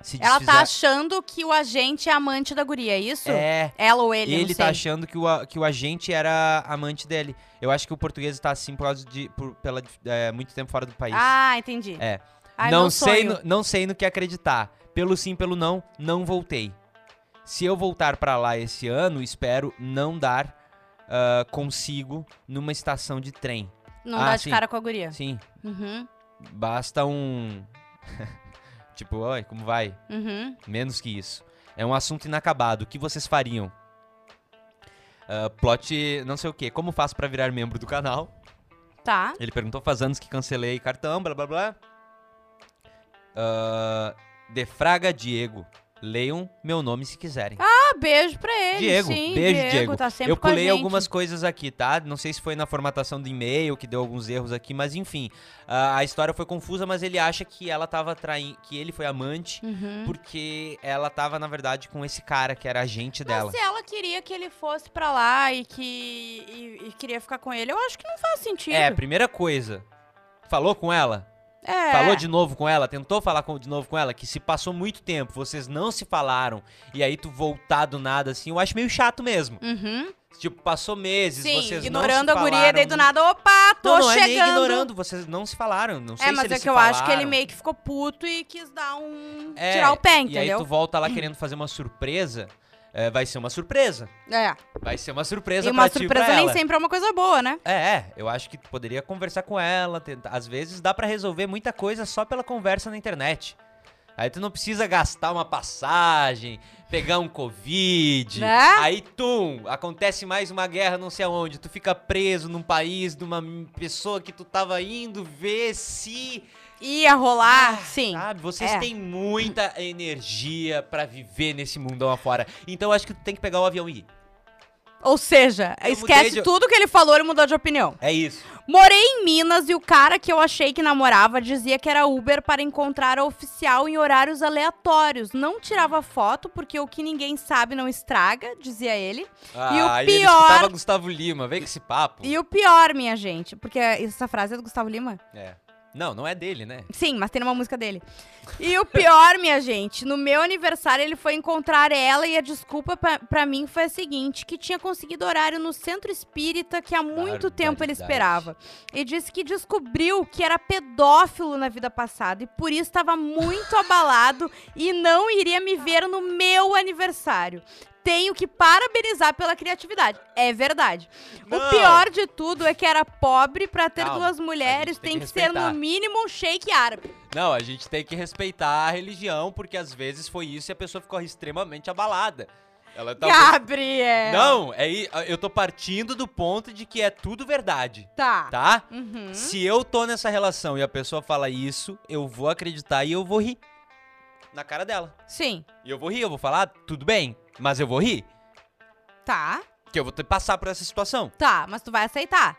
se
Ela
desfizer...
tá achando que o agente é amante da guria, é isso?
É,
Ela ou
ele,
ele, não
tá
sei.
achando que o, a- que o agente era amante dele. Eu acho que o português tá assim por causa de por, pela, dif- é, muito tempo fora do país.
Ah, entendi.
É.
Ai,
não
meu
sei,
sonho.
no, não sei no que acreditar. Pelo sim, pelo não, não voltei. Se eu voltar pra lá esse ano, espero não dar ah, consigo numa estação de trem.
Não
Ah,
dá de
sim.
cara com a guria.
Sim,
Uhum.
basta um tipo, oi, como vai?
Uhum.
Menos que isso. É um assunto inacabado. O que vocês fariam? Ah, plot, não sei o que. Como faço pra virar membro do canal?
Tá.
Ele perguntou faz anos que cancelei cartão, blá blá blá. Ah, Defraga Diego. Leiam meu nome se quiserem.
Ah, beijo pra ele.
Diego,
sim,
beijo,
Diego,
Diego.
Tá sempre
Eu
com a
pulei
gente.
algumas coisas aqui, tá? Não sei se foi na formatação do e-mail que deu alguns erros aqui, mas enfim. Ah, a história foi confusa, mas ele acha que ela tava traindo. que ele foi amante,
Uhum.
porque ela tava, na verdade, com esse cara que era agente dela.
Mas se ela queria que ele fosse pra lá e que e, e queria ficar com ele, eu acho que não faz sentido.
É, primeira coisa. Falou com ela?
É.
Falou de novo com ela, tentou falar com- de novo com ela, que se passou muito tempo, vocês não se falaram, e aí tu voltar do nada assim, eu acho meio chato mesmo.
Uhum.
Tipo, passou meses,
Sim,
vocês
ignorando
não se
a guria,
falaram.
daí do nada, opa, tô
não, não
chegando.
é nem ignorando, vocês não se falaram, não sei
É,
se
mas
eles
é
se
que eu acho que ele
falaram.
meio que ficou puto e quis dar um.
É,
tirar o pé,
E aí tu
entendeu?
volta lá querendo fazer uma surpresa, é, vai ser uma surpresa.
É.
Vai ser uma surpresa
E uma
pra ti e pra
surpresa nem
ela.
sempre é uma coisa boa, né?
É, é, eu acho que tu poderia conversar com ela. Tentar. Às vezes dá pra resolver muita coisa só pela conversa na internet. Aí tu não precisa gastar uma passagem, pegar um Covid.
Né?
Aí, tum, acontece mais uma guerra não sei aonde. Tu fica preso num país de uma m- pessoa que tu tava indo ver se.
Ia
Ah,
rolar, sim.
Sabe? Vocês
é.
têm muita energia pra viver nesse mundão afora. Então eu acho que tu tem que pegar o avião e ir.
Ou seja,
Eu mudei
esquece
de-
tudo que ele falou e mudou de opinião.
É isso.
Morei em Minas e o cara que eu achei que namorava dizia que era Uber para encontrar a oficial em horários aleatórios. Não tirava foto porque o que ninguém sabe não estraga, dizia ele. o
Ah, aí ele
pior-
escutava Gustavo Lima, vem com esse papo.
E o pior, minha gente, porque essa frase é do Gustavo Lima?
É. Não, não é dele, né?
Sim, mas tem uma música dele. E o pior, minha gente, no meu aniversário ele foi encontrar ela e a desculpa pra, pra mim foi a seguinte, que tinha conseguido horário no centro espírita que há muito tempo ele
Barbaridade.
esperava. E disse que descobriu que era pedófilo na vida passada e por isso estava muito abalado e não iria me ver no meu aniversário. Tenho que parabenizar pela criatividade. É verdade. O
Não.
pior de tudo é que era pobre pra ter
Calma,
duas mulheres, tem,
tem
que,
que
ser no
respeitar.
mínimo um shake árabe.
Não, a gente tem que respeitar a religião, porque às vezes foi isso e a pessoa ficou extremamente abalada. Ela tá.
Ah, Gabriel!
Não, é, i- eu tô partindo do ponto de que é tudo verdade,
Tá.
tá?
Uhum.
Se eu tô nessa relação e a pessoa fala isso, eu vou acreditar e eu vou rir. Na cara dela.
Sim.
"Ah, E eu vou rir, eu vou falar, tudo bem, mas eu vou rir.
Tá,
Que eu vou ter que passar por essa situação.
tá, mas tu vai aceitar.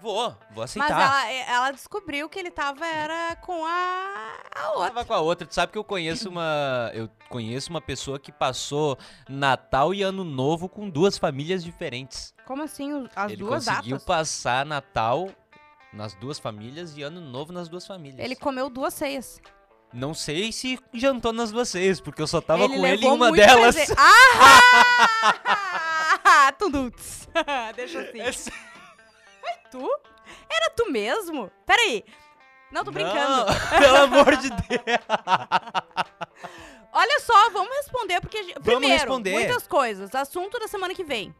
Vou, vou aceitar.
Mas ela, eh, ela descobriu que ele tava era com a, a
Eu
outra.
Tava com a outra, tu sabe que eu conheço uma. Eu conheço uma pessoa que passou Natal e Ano Novo com duas famílias diferentes.
Como assim? o- As
Ele
duas
conseguiu
datas?
passar Natal nas duas famílias e Ano Novo nas duas famílias.
Ele comeu duas ceias.
Não sei se jantou nas duas ceias, porque eu só tava com ele em
levou
uma
muito
delas.
presente. Ah! Tunduts. Deixa assim.
Esse-
Tu? Era tu mesmo? Peraí. Não, tô brincando.
Não, pelo amor de Deus.
Olha só, vamos responder, porque... a gente- Primeiro,
responder.
muitas coisas. Assunto da semana que vem.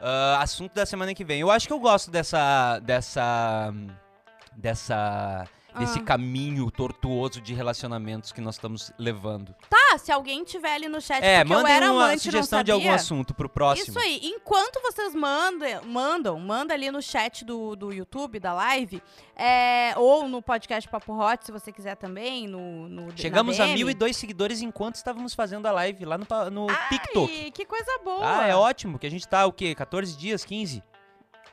Ah, assunto da semana que vem. Eu acho que eu gosto dessa. dessa. dessa. desse
Ah.
caminho tortuoso de relacionamentos que nós estamos levando.
Tá, se alguém tiver ali no chat,
É,
porque eu
mandem
era
uma
amante e não
sugestão de algum
sabia.
assunto pro próximo.
Isso aí. Enquanto vocês mandam, mandam, manda ali no chat do, do YouTube, da live, é, ou no podcast Papo Hot, se você quiser também, no, no na
Chegamos a
DM.
1.002 seguidores enquanto estávamos fazendo a live lá no, pa- no TikTok.
Ai, que coisa boa.
Ah, é ótimo, que a gente tá o quê? 14 dias, 15?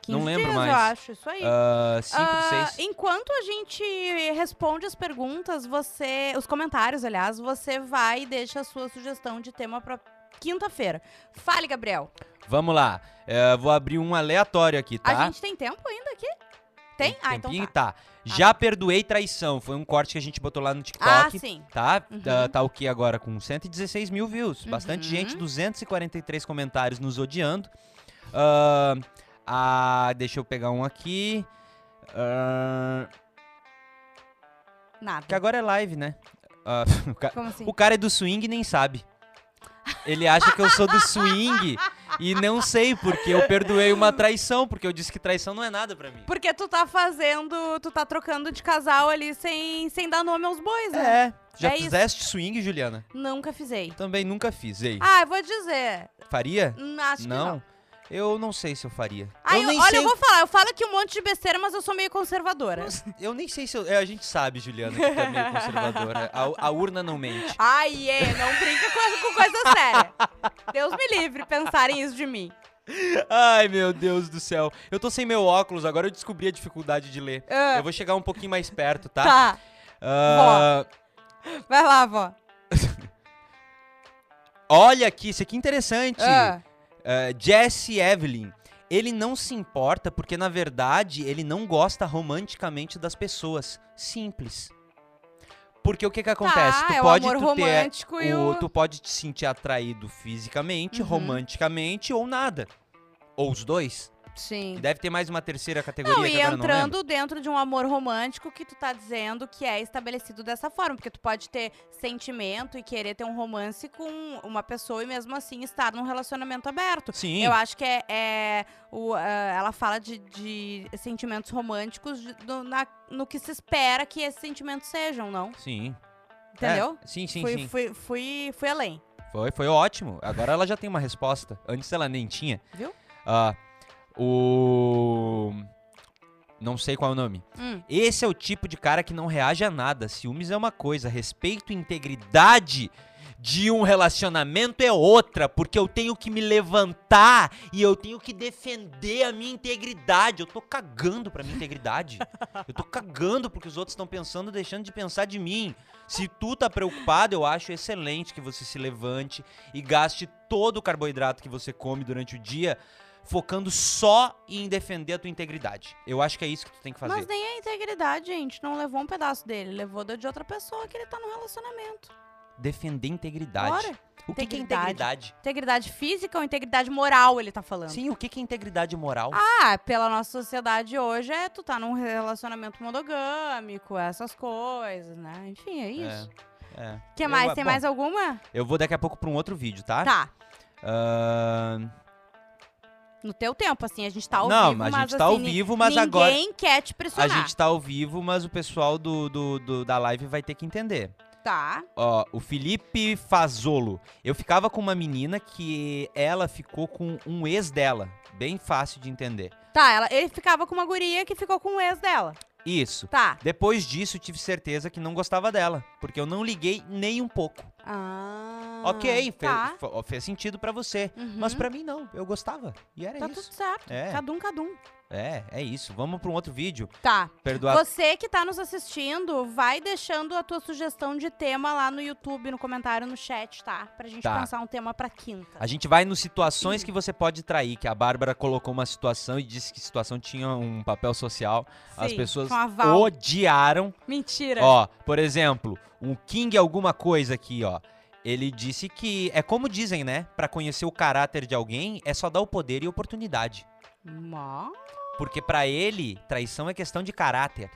15
não lembro
dias,
mais.
eu acho, isso aí.
5,
Ah,
6.
enquanto a gente responde as perguntas, você, os comentários, aliás, você vai e deixa a sua sugestão de tema pra quinta-feira. Fale, Gabriel.
Vamos lá. É, vou abrir um aleatório aqui, tá? Um
A gente tem tempo ainda aqui? Tem? ah, então
tempinho?
tá.
Já perdoei traição. Foi um corte que a gente botou lá no
Ah,
TikTok.
sim.
Tá?
Uhum.
Tá- tá o que agora? Com 116 mil views. Bastante
Uhum.
gente, 243 comentários nos odiando. Ah, ah, deixa eu pegar um aqui. Ah,
Nada.
que agora é live, né? Ah, o, ca-
Como assim?
o cara é do swing e nem sabe. Ele acha que eu sou do swing e não sei, porque eu perdoei uma traição, porque eu disse que traição não é nada pra mim.
Porque tu tá fazendo, tu tá trocando de casal ali sem, sem dar nome aos bois, né?
É. Já
É isso.
fizeste swing, Juliana?
Nunca fizei.
Também nunca fiz. Ei,
Ah, eu vou dizer.
faria?
hum, Acho que
não.
não.
Eu não sei se eu faria.
Ah,
eu,
eu-
nem
olha,
sei,
eu vou falar. Eu falo aqui um monte de besteira, mas eu sou meio conservadora.
eu nem sei se eu. é, a gente sabe, Juliana, que tu é meio conservadora. A, a urna não mente.
Ai, é, não brinca com, com coisa séria. Deus me livre pensarem isso de mim.
Ai, meu Deus do céu. Eu tô sem meu óculos, agora eu descobri a dificuldade de ler.
Ah.
Eu vou chegar um pouquinho mais perto, tá?
Tá,
Ah,
vai lá, vó.
olha aqui, isso aqui é interessante.
Ah,
Ah, Jesse Evelyn. Ele não se importa porque, na verdade, ele não gosta romanticamente das pessoas. Simples. Porque o que que acontece?
Tá,
tu
é
pode
o amor
tu ter
romântico e
o-
o...
tu pode te sentir atraído fisicamente,
Tipo, Uhum.
romanticamente ou nada. Ou os dois. E
Sim.
deve ter mais uma terceira categoria
Não,
que
e
agora eu não lembro.
entrando dentro de um amor romântico que tu tá dizendo que é estabelecido dessa forma, porque tu pode ter sentimento e querer ter um romance com uma pessoa e mesmo assim estar num relacionamento aberto.
Sim.
Eu acho que é, é o, ah, ela fala de, de sentimentos românticos de- do- na- no que se espera que esses sentimentos sejam, não?
Sim.
Entendeu?
É, sim, sim,
fui,
sim.
Fui, fui, fui além.
Foi, foi ótimo. Agora ela já tem uma resposta. Antes ela nem tinha.
Viu?
Ah, o. Não sei qual é o nome.
Hum.
Esse é o tipo de cara que não reage a nada. Ciúmes é uma coisa, respeito e integridade de um relacionamento é outra, porque eu tenho que me levantar e eu tenho que defender a minha integridade. Eu tô cagando pra minha integridade. Eu tô cagando porque os outros estão pensando, deixando de pensar de mim. Se tu tá preocupado, eu acho excelente que você se levante e gaste todo o carboidrato que você come durante o dia focando só em defender a tua integridade. Eu acho que é isso que tu tem que fazer.
Mas nem a integridade, gente, não levou um pedaço dele, levou da de outra pessoa que ele tá num relacionamento.
defender integridade.
Bora.
O que, que é
Integridade.
integridade?
Integridade física ou integridade moral, ele tá falando?
Sim, o que, que é integridade moral?
Ah, pela nossa sociedade hoje é tu tá num relacionamento monogâmico, essas coisas, né? Enfim, é isso.
É, é.
O que
Eu-
mais?
ah,
Tem
bom,
mais alguma?
Eu vou daqui a pouco pra um outro vídeo, tá?
Tá.
Ah,
No teu tempo, assim, a gente tá ao
não,
vivo,
mas
mas
a gente tá ao
assim, ni-
vivo, mas agora.
Ninguém quer te
A
pressionar.
gente tá ao vivo, mas o pessoal do, do- do- da live vai ter que entender.
Tá.
Ó, o Felipe Fazolo. Eu ficava com uma menina que ela ficou com um ex dela. Bem fácil de entender.
Tá, ela, ele ficava com uma guria que ficou com o ex dela.
Isso.
Tá.
Depois disso, tive certeza que não gostava dela, porque eu não liguei nem um pouco.
Ah.
ok, fe-
tá.
fo- fez sentido pra você.
Uhum.
Mas pra mim não, eu gostava. E era
Tá
isso.
tudo certo.
É.
Cadum, cadum.
É, é isso. Vamos pra um outro vídeo.
Tá.
Perdoar.
Você que tá nos assistindo, vai deixando a tua sugestão de tema lá no YouTube, no comentário, no chat, tá? Pra gente
Tá.
pensar um tema pra quinta.
A gente vai nos situações que você pode trair, que a Bárbara colocou uma situação e disse que situação tinha um papel social. As
Sim,
pessoas
Com a Val.
odiaram.
Mentira.
Ó, por exemplo, um King alguma coisa aqui, ó. Ele disse que é como dizem, né? Pra conhecer o caráter de alguém é só dar o poder e oportunidade.
Mó.
Porque pra ele, traição é questão de caráter.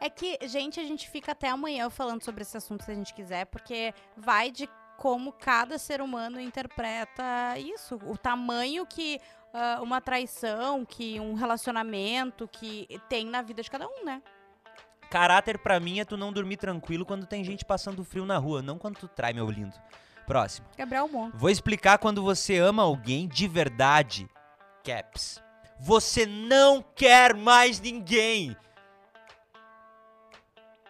É que, gente, a gente fica até amanhã falando sobre esse assunto se a gente quiser, porque vai de como cada ser humano interpreta isso, o tamanho que ah, uma traição, que um relacionamento que tem na vida de cada um, né?
Caráter pra mim é tu não dormir tranquilo quando tem gente passando frio na rua, não quando tu trai, meu lindo. Próximo.
Gabriel Mon.
Vou explicar quando você ama alguém de verdade. Caps. Você não quer mais ninguém.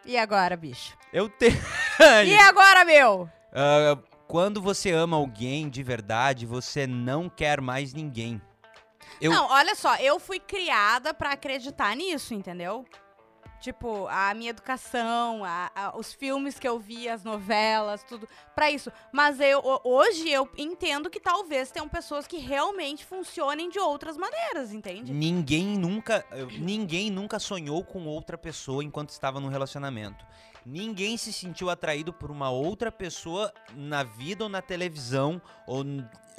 E agora, bicho?
Eu tenho.
E agora, meu?
Ah, quando você ama alguém de verdade, você não quer mais ninguém. Eu-
Não, olha só, eu fui criada pra acreditar nisso, entendeu? Tipo, a minha educação, a- a- os filmes que eu vi, as novelas, tudo, pra isso. Mas eu ho- hoje eu entendo que talvez tenham pessoas que realmente funcionem de outras maneiras, entende?
Ninguém nunca, eu- ninguém nunca sonhou com outra pessoa enquanto estava num relacionamento. Ninguém se sentiu atraído por uma outra pessoa na vida ou na televisão ou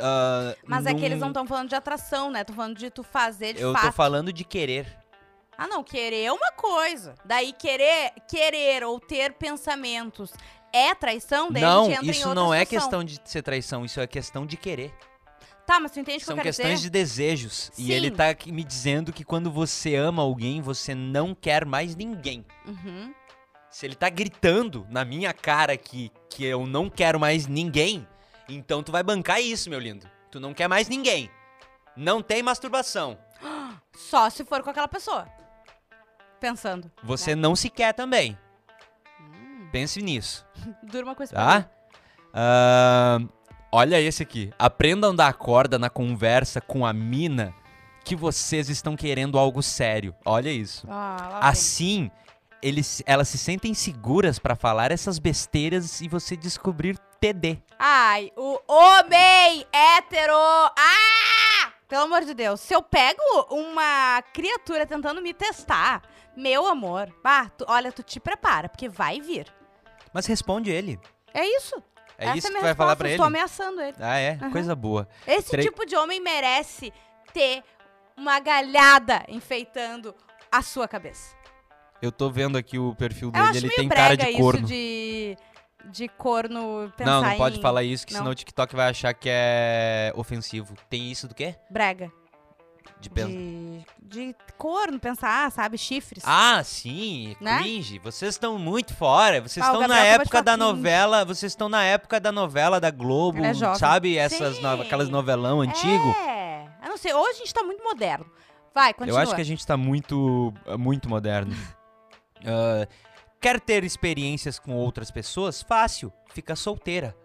ah,
Mas é que
num-
eles não estão falando de atração, né? Tô falando de tu fazer de
Eu
fato.
tô falando de querer.
Ah, não, querer é uma coisa. Daí querer, querer ou ter pensamentos é traição, daí a
não,
gente entra em
isso
outra
não é
situação.
questão de ser traição, isso é questão de querer.
Tá, mas tu entende o que eu
São
quero
questões
dizer?
de desejos.
Sim.
E ele tá aqui me dizendo que quando você ama alguém, você não quer mais ninguém.
Uhum.
Se ele tá gritando na minha cara que, que eu não quero mais ninguém, então tu vai bancar isso, meu lindo. Tu não quer mais ninguém. Não tem masturbação.
Só se for com aquela pessoa. Pensando.
Você não se quer também. Pense nisso,
Durma com esse
tá?
pau.
Ahn, olha esse aqui. Aprendam da corda na conversa com a mina que vocês estão querendo algo sério. Olha isso.
Ah, lá vem.
Assim, eles, elas se sentem seguras pra falar essas besteiras e você descobrir TD.
Ai, o homem hétero. Ah! Pelo amor de Deus, se eu pego uma criatura tentando me testar, meu amor, bah, tu- olha, tu te prepara, porque vai vir.
Mas responde ele.
É isso.
É
Essa
isso
é
que
minha
tu vai falar
resposta,
pra
eu
ele?
Tô ameaçando ele.
Ah, é?
Aham.
Coisa boa.
Esse
Tre-
tipo de homem merece ter uma galhada enfeitando a sua cabeça.
Eu tô vendo aqui o perfil
Eu
dele,
acho
ele
meio
tem
brega
cara de
isso
corno.
de de corno pensar
Não, não pode
em
falar isso, que
não.
senão o TikTok vai achar que é ofensivo. Tem isso do quê?
brega.
De pensar.
De, de corno pensar, sabe, chifres.
Ah, sim, é
Né?
cringe. Vocês estão muito fora. Vocês
Ah, o
estão na
Gabriel acabou de
época
falar
da
cringe.
novela. Vocês estão na época da novela da Globo,
Ele é jovem.
sabe? Essas
Sim.
no- aquelas novelão antigo.
É. Eu não sei, hoje a gente tá muito moderno. Vai, continua.
Eu acho que a gente tá muito, muito moderno. Ah, quer ter experiências com outras pessoas? Fácil. Fica solteira.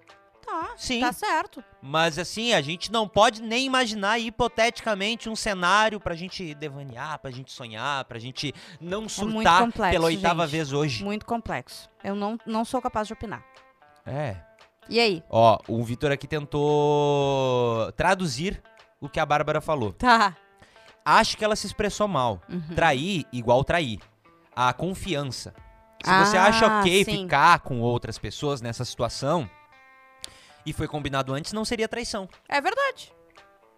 tá,
Sim.
tá certo.
Mas assim, a gente não pode nem imaginar hipoteticamente um cenário pra gente devanear, pra gente sonhar, pra gente não surtar
É complexo,
pela oitava
gente.
vez hoje.
Muito complexo. Eu não, não sou capaz de opinar.
É.
E aí?
Ó, o Vitor aqui tentou traduzir o que a Bárbara falou.
Tá.
Acho que ela se expressou mal.
Uhum.
Trair igual trair. A confiança. Se você
Ah,
acha ok
sim.
ficar com outras pessoas nessa situação e foi combinado antes, não seria traição.
É verdade.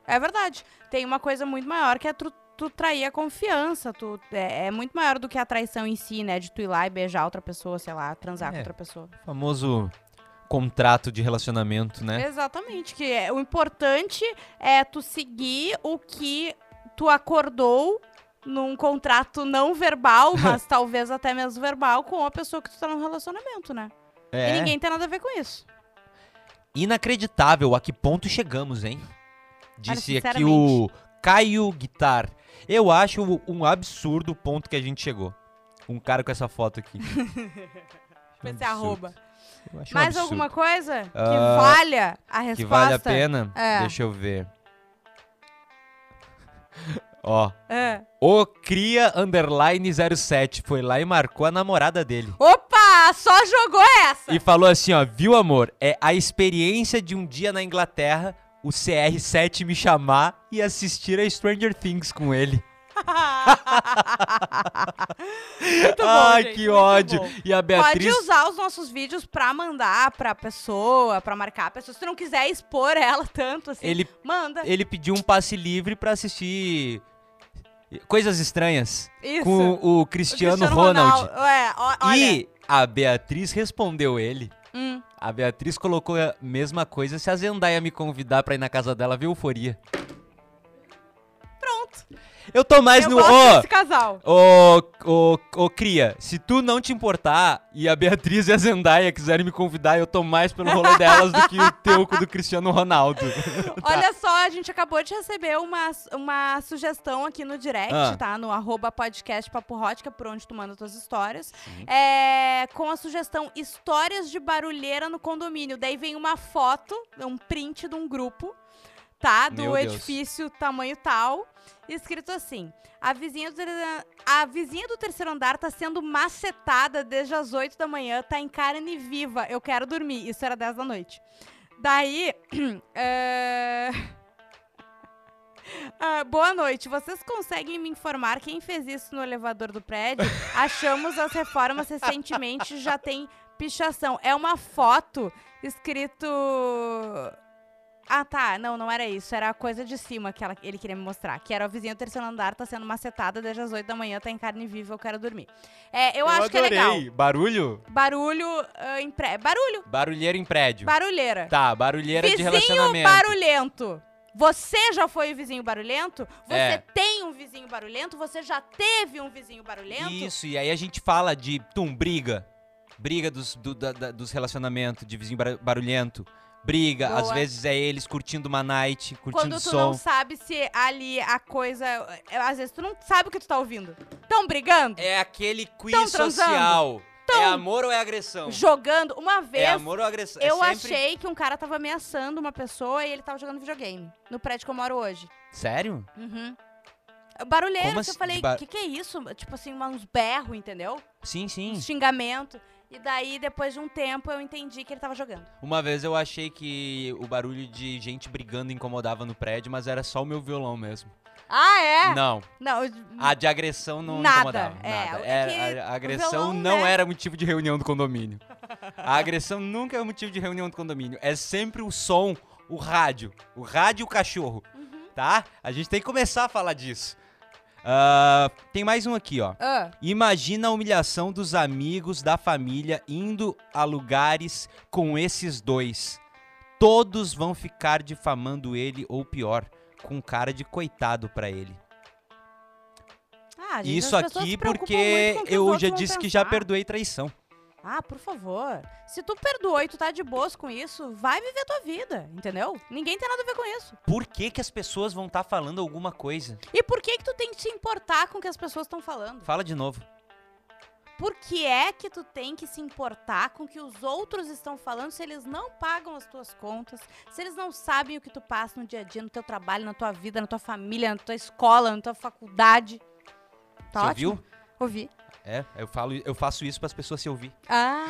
É verdade. Tem uma coisa muito maior que é tu, tu trair a confiança. Tu, é, é muito maior do que a traição em si, né? De tu ir lá e beijar outra pessoa, sei lá, transar com
É.
outra pessoa.
O famoso contrato de relacionamento, né?
Exatamente, que é, o importante é tu seguir o que tu acordou num contrato não verbal, mas talvez até mesmo verbal, com a pessoa que tu tá num relacionamento, né?
É.
E ninguém tem nada a ver com isso.
Inacreditável a que ponto chegamos, hein? Disse aqui o
sinceramente.
Caio Guitar. Eu acho um absurdo o ponto que a gente chegou. Um cara com essa foto aqui.
Com esse
Absurdo.
arroba.
Eu acho um
Mais
absurdo.
alguma coisa que
Ah,
valha a resposta?
Que vale a pena?
É.
Deixa eu ver. Ó,
Ah.
o Cria Underline 07 foi lá e marcou a namorada dele.
Opa, só jogou essa.
E falou assim, ó, viu amor, é a experiência de um dia na Inglaterra, o CR7 me chamar e assistir a Stranger Things com ele.
Muito bom,
Ai,
gente,
que
muito
ódio.
bom.
E a
Pode
Beatriz
usar os nossos vídeos pra mandar pra pessoa, pra marcar a pessoa. Se tu não quiser expor ela tanto assim,
Ele-
manda.
ele pediu um passe livre pra assistir Coisas Estranhas
Isso.
com
O
o Cristiano, Ronald.
É, ó- olha.
E a Beatriz respondeu ele.
Hum.
A Beatriz colocou a mesma coisa se a Zendaya me convidar pra ir na casa dela ver euforia.
Pronto.
Eu tô mais
eu
no.
gosto
Ó,
desse casal.
Ô, ô, ô, Cria, se tu não te importar e a Beatriz e a Zendaya quiserem me convidar, eu tô mais pelo rolê delas do que o teu com o do Cristiano Ronaldo.
Olha só, a gente acabou de receber uma, uma sugestão aqui no direct,
Ah.
tá? No arroba podcast Papo Hot, que é por onde tu manda tuas histórias.
Uhum.
É, com a sugestão histórias de barulheira no condomínio. Daí vem uma foto, um print de um grupo, tá? Do
Meu Deus.
edifício tamanho tal. Escrito assim: a vizinha, do, ter- a vizinha do terceiro andar tá sendo macetada desde as 8 da manhã, tá em carne viva. Eu quero dormir. Isso era 10 da noite. Daí. é, ah, boa noite. Vocês conseguem me informar quem fez isso no elevador do prédio? Achamos as reformas recentemente, já tem pichação. É uma foto escrito. Ah, tá. Não, não era isso. Era a coisa de cima que ela- ele queria me mostrar. Que era o vizinho do terceiro andar, tá sendo macetada desde as 8 da manhã, tá em carne viva, eu quero dormir. É, eu, acho que é legal.
Barulho?
Barulho ah, em pré. Barulho.
Barulheira em prédio.
Barulheira.
Tá, barulheira de
Vizinho
relacionamento.
barulhento. Você já foi o vizinho barulhento? Você
É.
tem um vizinho barulhento? Você já teve um vizinho barulhento?
Isso, e aí a gente fala de, tum, briga. Briga dos, do- da- da- dos relacionamentos, de vizinho bar- barulhento. Briga,
Boa.
às vezes é eles curtindo uma night, curtindo
Quando tu
som.
não sabe se ali a coisa. é, Às vezes tu não sabe o que tu tá ouvindo. Tão brigando?
É aquele quiz
Tão transando?
social. É amor ou é agressão?
Jogando. Uma vez
É amor ou agressão?
eu
é sempre...
achei que um cara tava ameaçando uma pessoa e ele tava jogando videogame. No prédio que eu moro hoje.
Sério?
Uhum. Barulheiro,
Como
que
assim?
eu
De
falei, o
bar-
que, que é isso? Tipo assim, uma- uns berro, entendeu?
Sim, sim.
Uns xingamento. E daí, depois de um tempo, eu entendi que ele tava jogando.
Uma vez eu achei que o barulho de gente brigando incomodava no prédio, mas era só o meu violão mesmo.
Ah, é?
Não,
Não, eu-
a de agressão não
Nada,
incomodava.
é,
nada.
o
Era-
que-
a, a
o
agressão
violão,
não
né?
era motivo de reunião do condomínio. A agressão nunca é motivo de reunião do condomínio. É sempre o som, o rádio. O rádio e o cachorro.
Uhum.
Tá? A gente tem que começar a falar disso. Ah, tem mais um aqui, ó.
Ah,
Imagina a humilhação dos amigos da família indo a lugares com esses dois. Todos vão ficar difamando ele ou pior, com cara de coitado pra ele.
Ah, gente,
Isso
as pessoas se
aqui
preocupam
porque
muito com o que os
eu
outros
já
vão
disse que já
pensar.
perdoei traição.
Ah, por favor. Se tu perdoou e tu tá de boas com isso, vai viver tua vida, entendeu? Ninguém tem nada a ver com isso.
Por que que as pessoas vão estar falando alguma coisa?
E por que que tu tem que se importar com o que as pessoas estão falando?
Fala de novo.
Por que é que tu tem que se importar com o que os outros estão falando se eles não pagam as tuas contas, se eles não sabem o que tu passa no dia a dia, no teu trabalho, na tua vida, na tua família, na tua escola, na tua faculdade? Tá
Você
ótimo?
ouviu?
Ouvi.
É, eu falo, eu faço isso para as pessoas se ouvir.
Ah!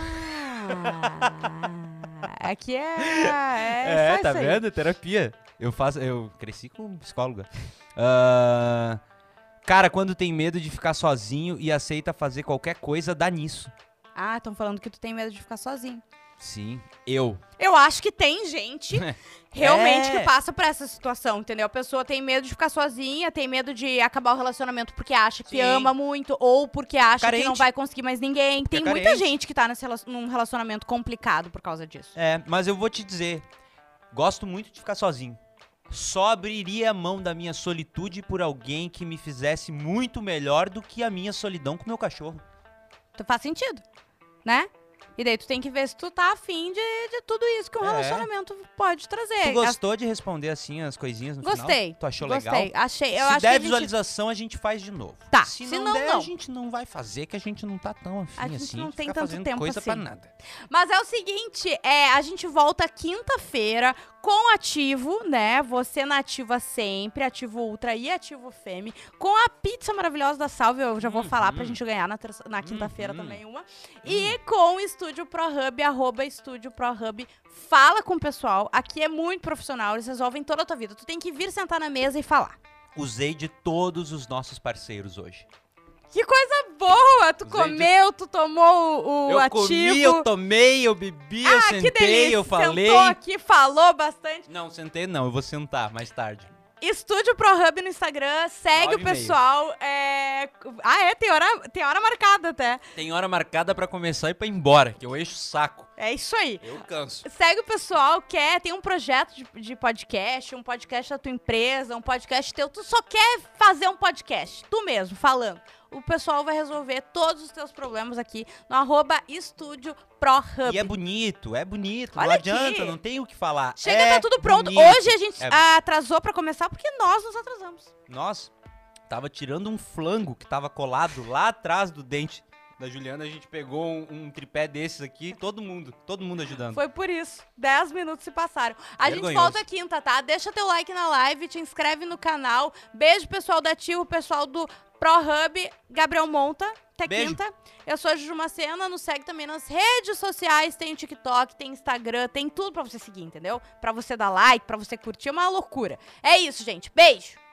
Aqui é. É, só
tá
isso aí.
vendo? Terapia. Eu faço, eu cresci com psicóloga. Ah, cara, quando tem medo de ficar sozinho e aceita fazer qualquer coisa, dá nisso.
Ah, estão falando que tu tem medo de ficar sozinho.
Sim, eu.
Eu acho que tem gente realmente
É.
que passa por essa situação, entendeu? A pessoa tem medo de ficar sozinha, tem medo de acabar o relacionamento porque acha que
Sim.
ama muito ou porque acha que não
carente. é
vai conseguir mais ninguém. Tem muita
carente.
gente que tá nesse, rela- num relacionamento complicado por causa disso.
É, mas eu vou te dizer, gosto muito de ficar sozinho. Só abriria a mão da minha solitude por alguém que me fizesse muito melhor do que a minha solidão com meu cachorro.
Então Faz sentido, né? E daí tu tem que ver se tu tá afim de, de tudo isso que um
É.
relacionamento pode trazer.
Tu gostou de responder assim as coisinhas no final?
É, Gostei.
Tu achou
Gostei,
legal?
achei. Eu
Se
acho
der
que a gente-
visualização, a gente faz de novo.
Tá,
Se,
se
não,
não,
der,
não.
a gente não vai fazer, que a gente não tá tão afim
A gente
assim.
não
de
tem
ficar
tanto
fazendo
tempo
coisa pra
assim.
nada.
Mas é o seguinte, é, a gente volta quinta-feira com ativo, né? Você na ativa sempre, ativo ultra e ativo fêmea, com a pizza maravilhosa da Salve, eu já vou
Uhum.
falar pra gente ganhar na, terça- na quinta-feira
Uhum.
também uma. E com o Estúdio ProHub, arroba Estúdio ProHub. Fala com o pessoal, aqui é muito profissional, eles resolvem toda a tua vida. Tu tem que vir sentar na mesa e falar.
Usei de todos os nossos parceiros hoje.
Que coisa boa! Tu
Usei de-
comeu, tu tomou o, o
eu
ativo.
comi, eu tomei, eu bebi, eu
Ah, que
sentei,
delícia!
eu falei.
Sentou aqui, falou bastante.
Não, sentei não, eu vou sentar mais tarde.
Estúdio ProHub no Instagram, segue
Nove e
o pessoal. é, Ah, é, tem hora, tem hora marcada até.
Tem hora marcada pra começar e pra ir embora, que eu encho o saco.
É isso aí.
Eu canso.
Segue o pessoal, quer, tem um projeto de, de podcast, um podcast da tua empresa, um podcast teu. Tu só quer fazer um podcast, tu mesmo, falando. O pessoal vai resolver todos os teus problemas aqui no arroba Estúdio ProHub.
E é bonito, é bonito.
Olha
não adianta,
aqui.
não tem o que falar.
Chega,
é
tá tudo pronto.
bonito.
Hoje a gente
É-
ah, atrasou pra começar porque nós nos atrasamos.
Nossa, tava tirando um flango que tava colado lá atrás do dente da Juliana. A gente pegou um, um tripé desses aqui, todo mundo, todo mundo ajudando.
Foi por isso. 10 minutos se passaram. A gente
Vergonhoso.
volta quinta, tá? Deixa teu like na live, te inscreve no canal. Beijo, pessoal da Tio, pessoal do ProHub, Gabriel Monta. Até
Beijo.
quinta. Eu sou a Juju Macena, nos segue também nas redes sociais, tem o TikTok, tem Instagram, tem tudo pra você seguir, entendeu? Pra você dar like, pra você curtir, é uma loucura. É isso, gente. Beijo!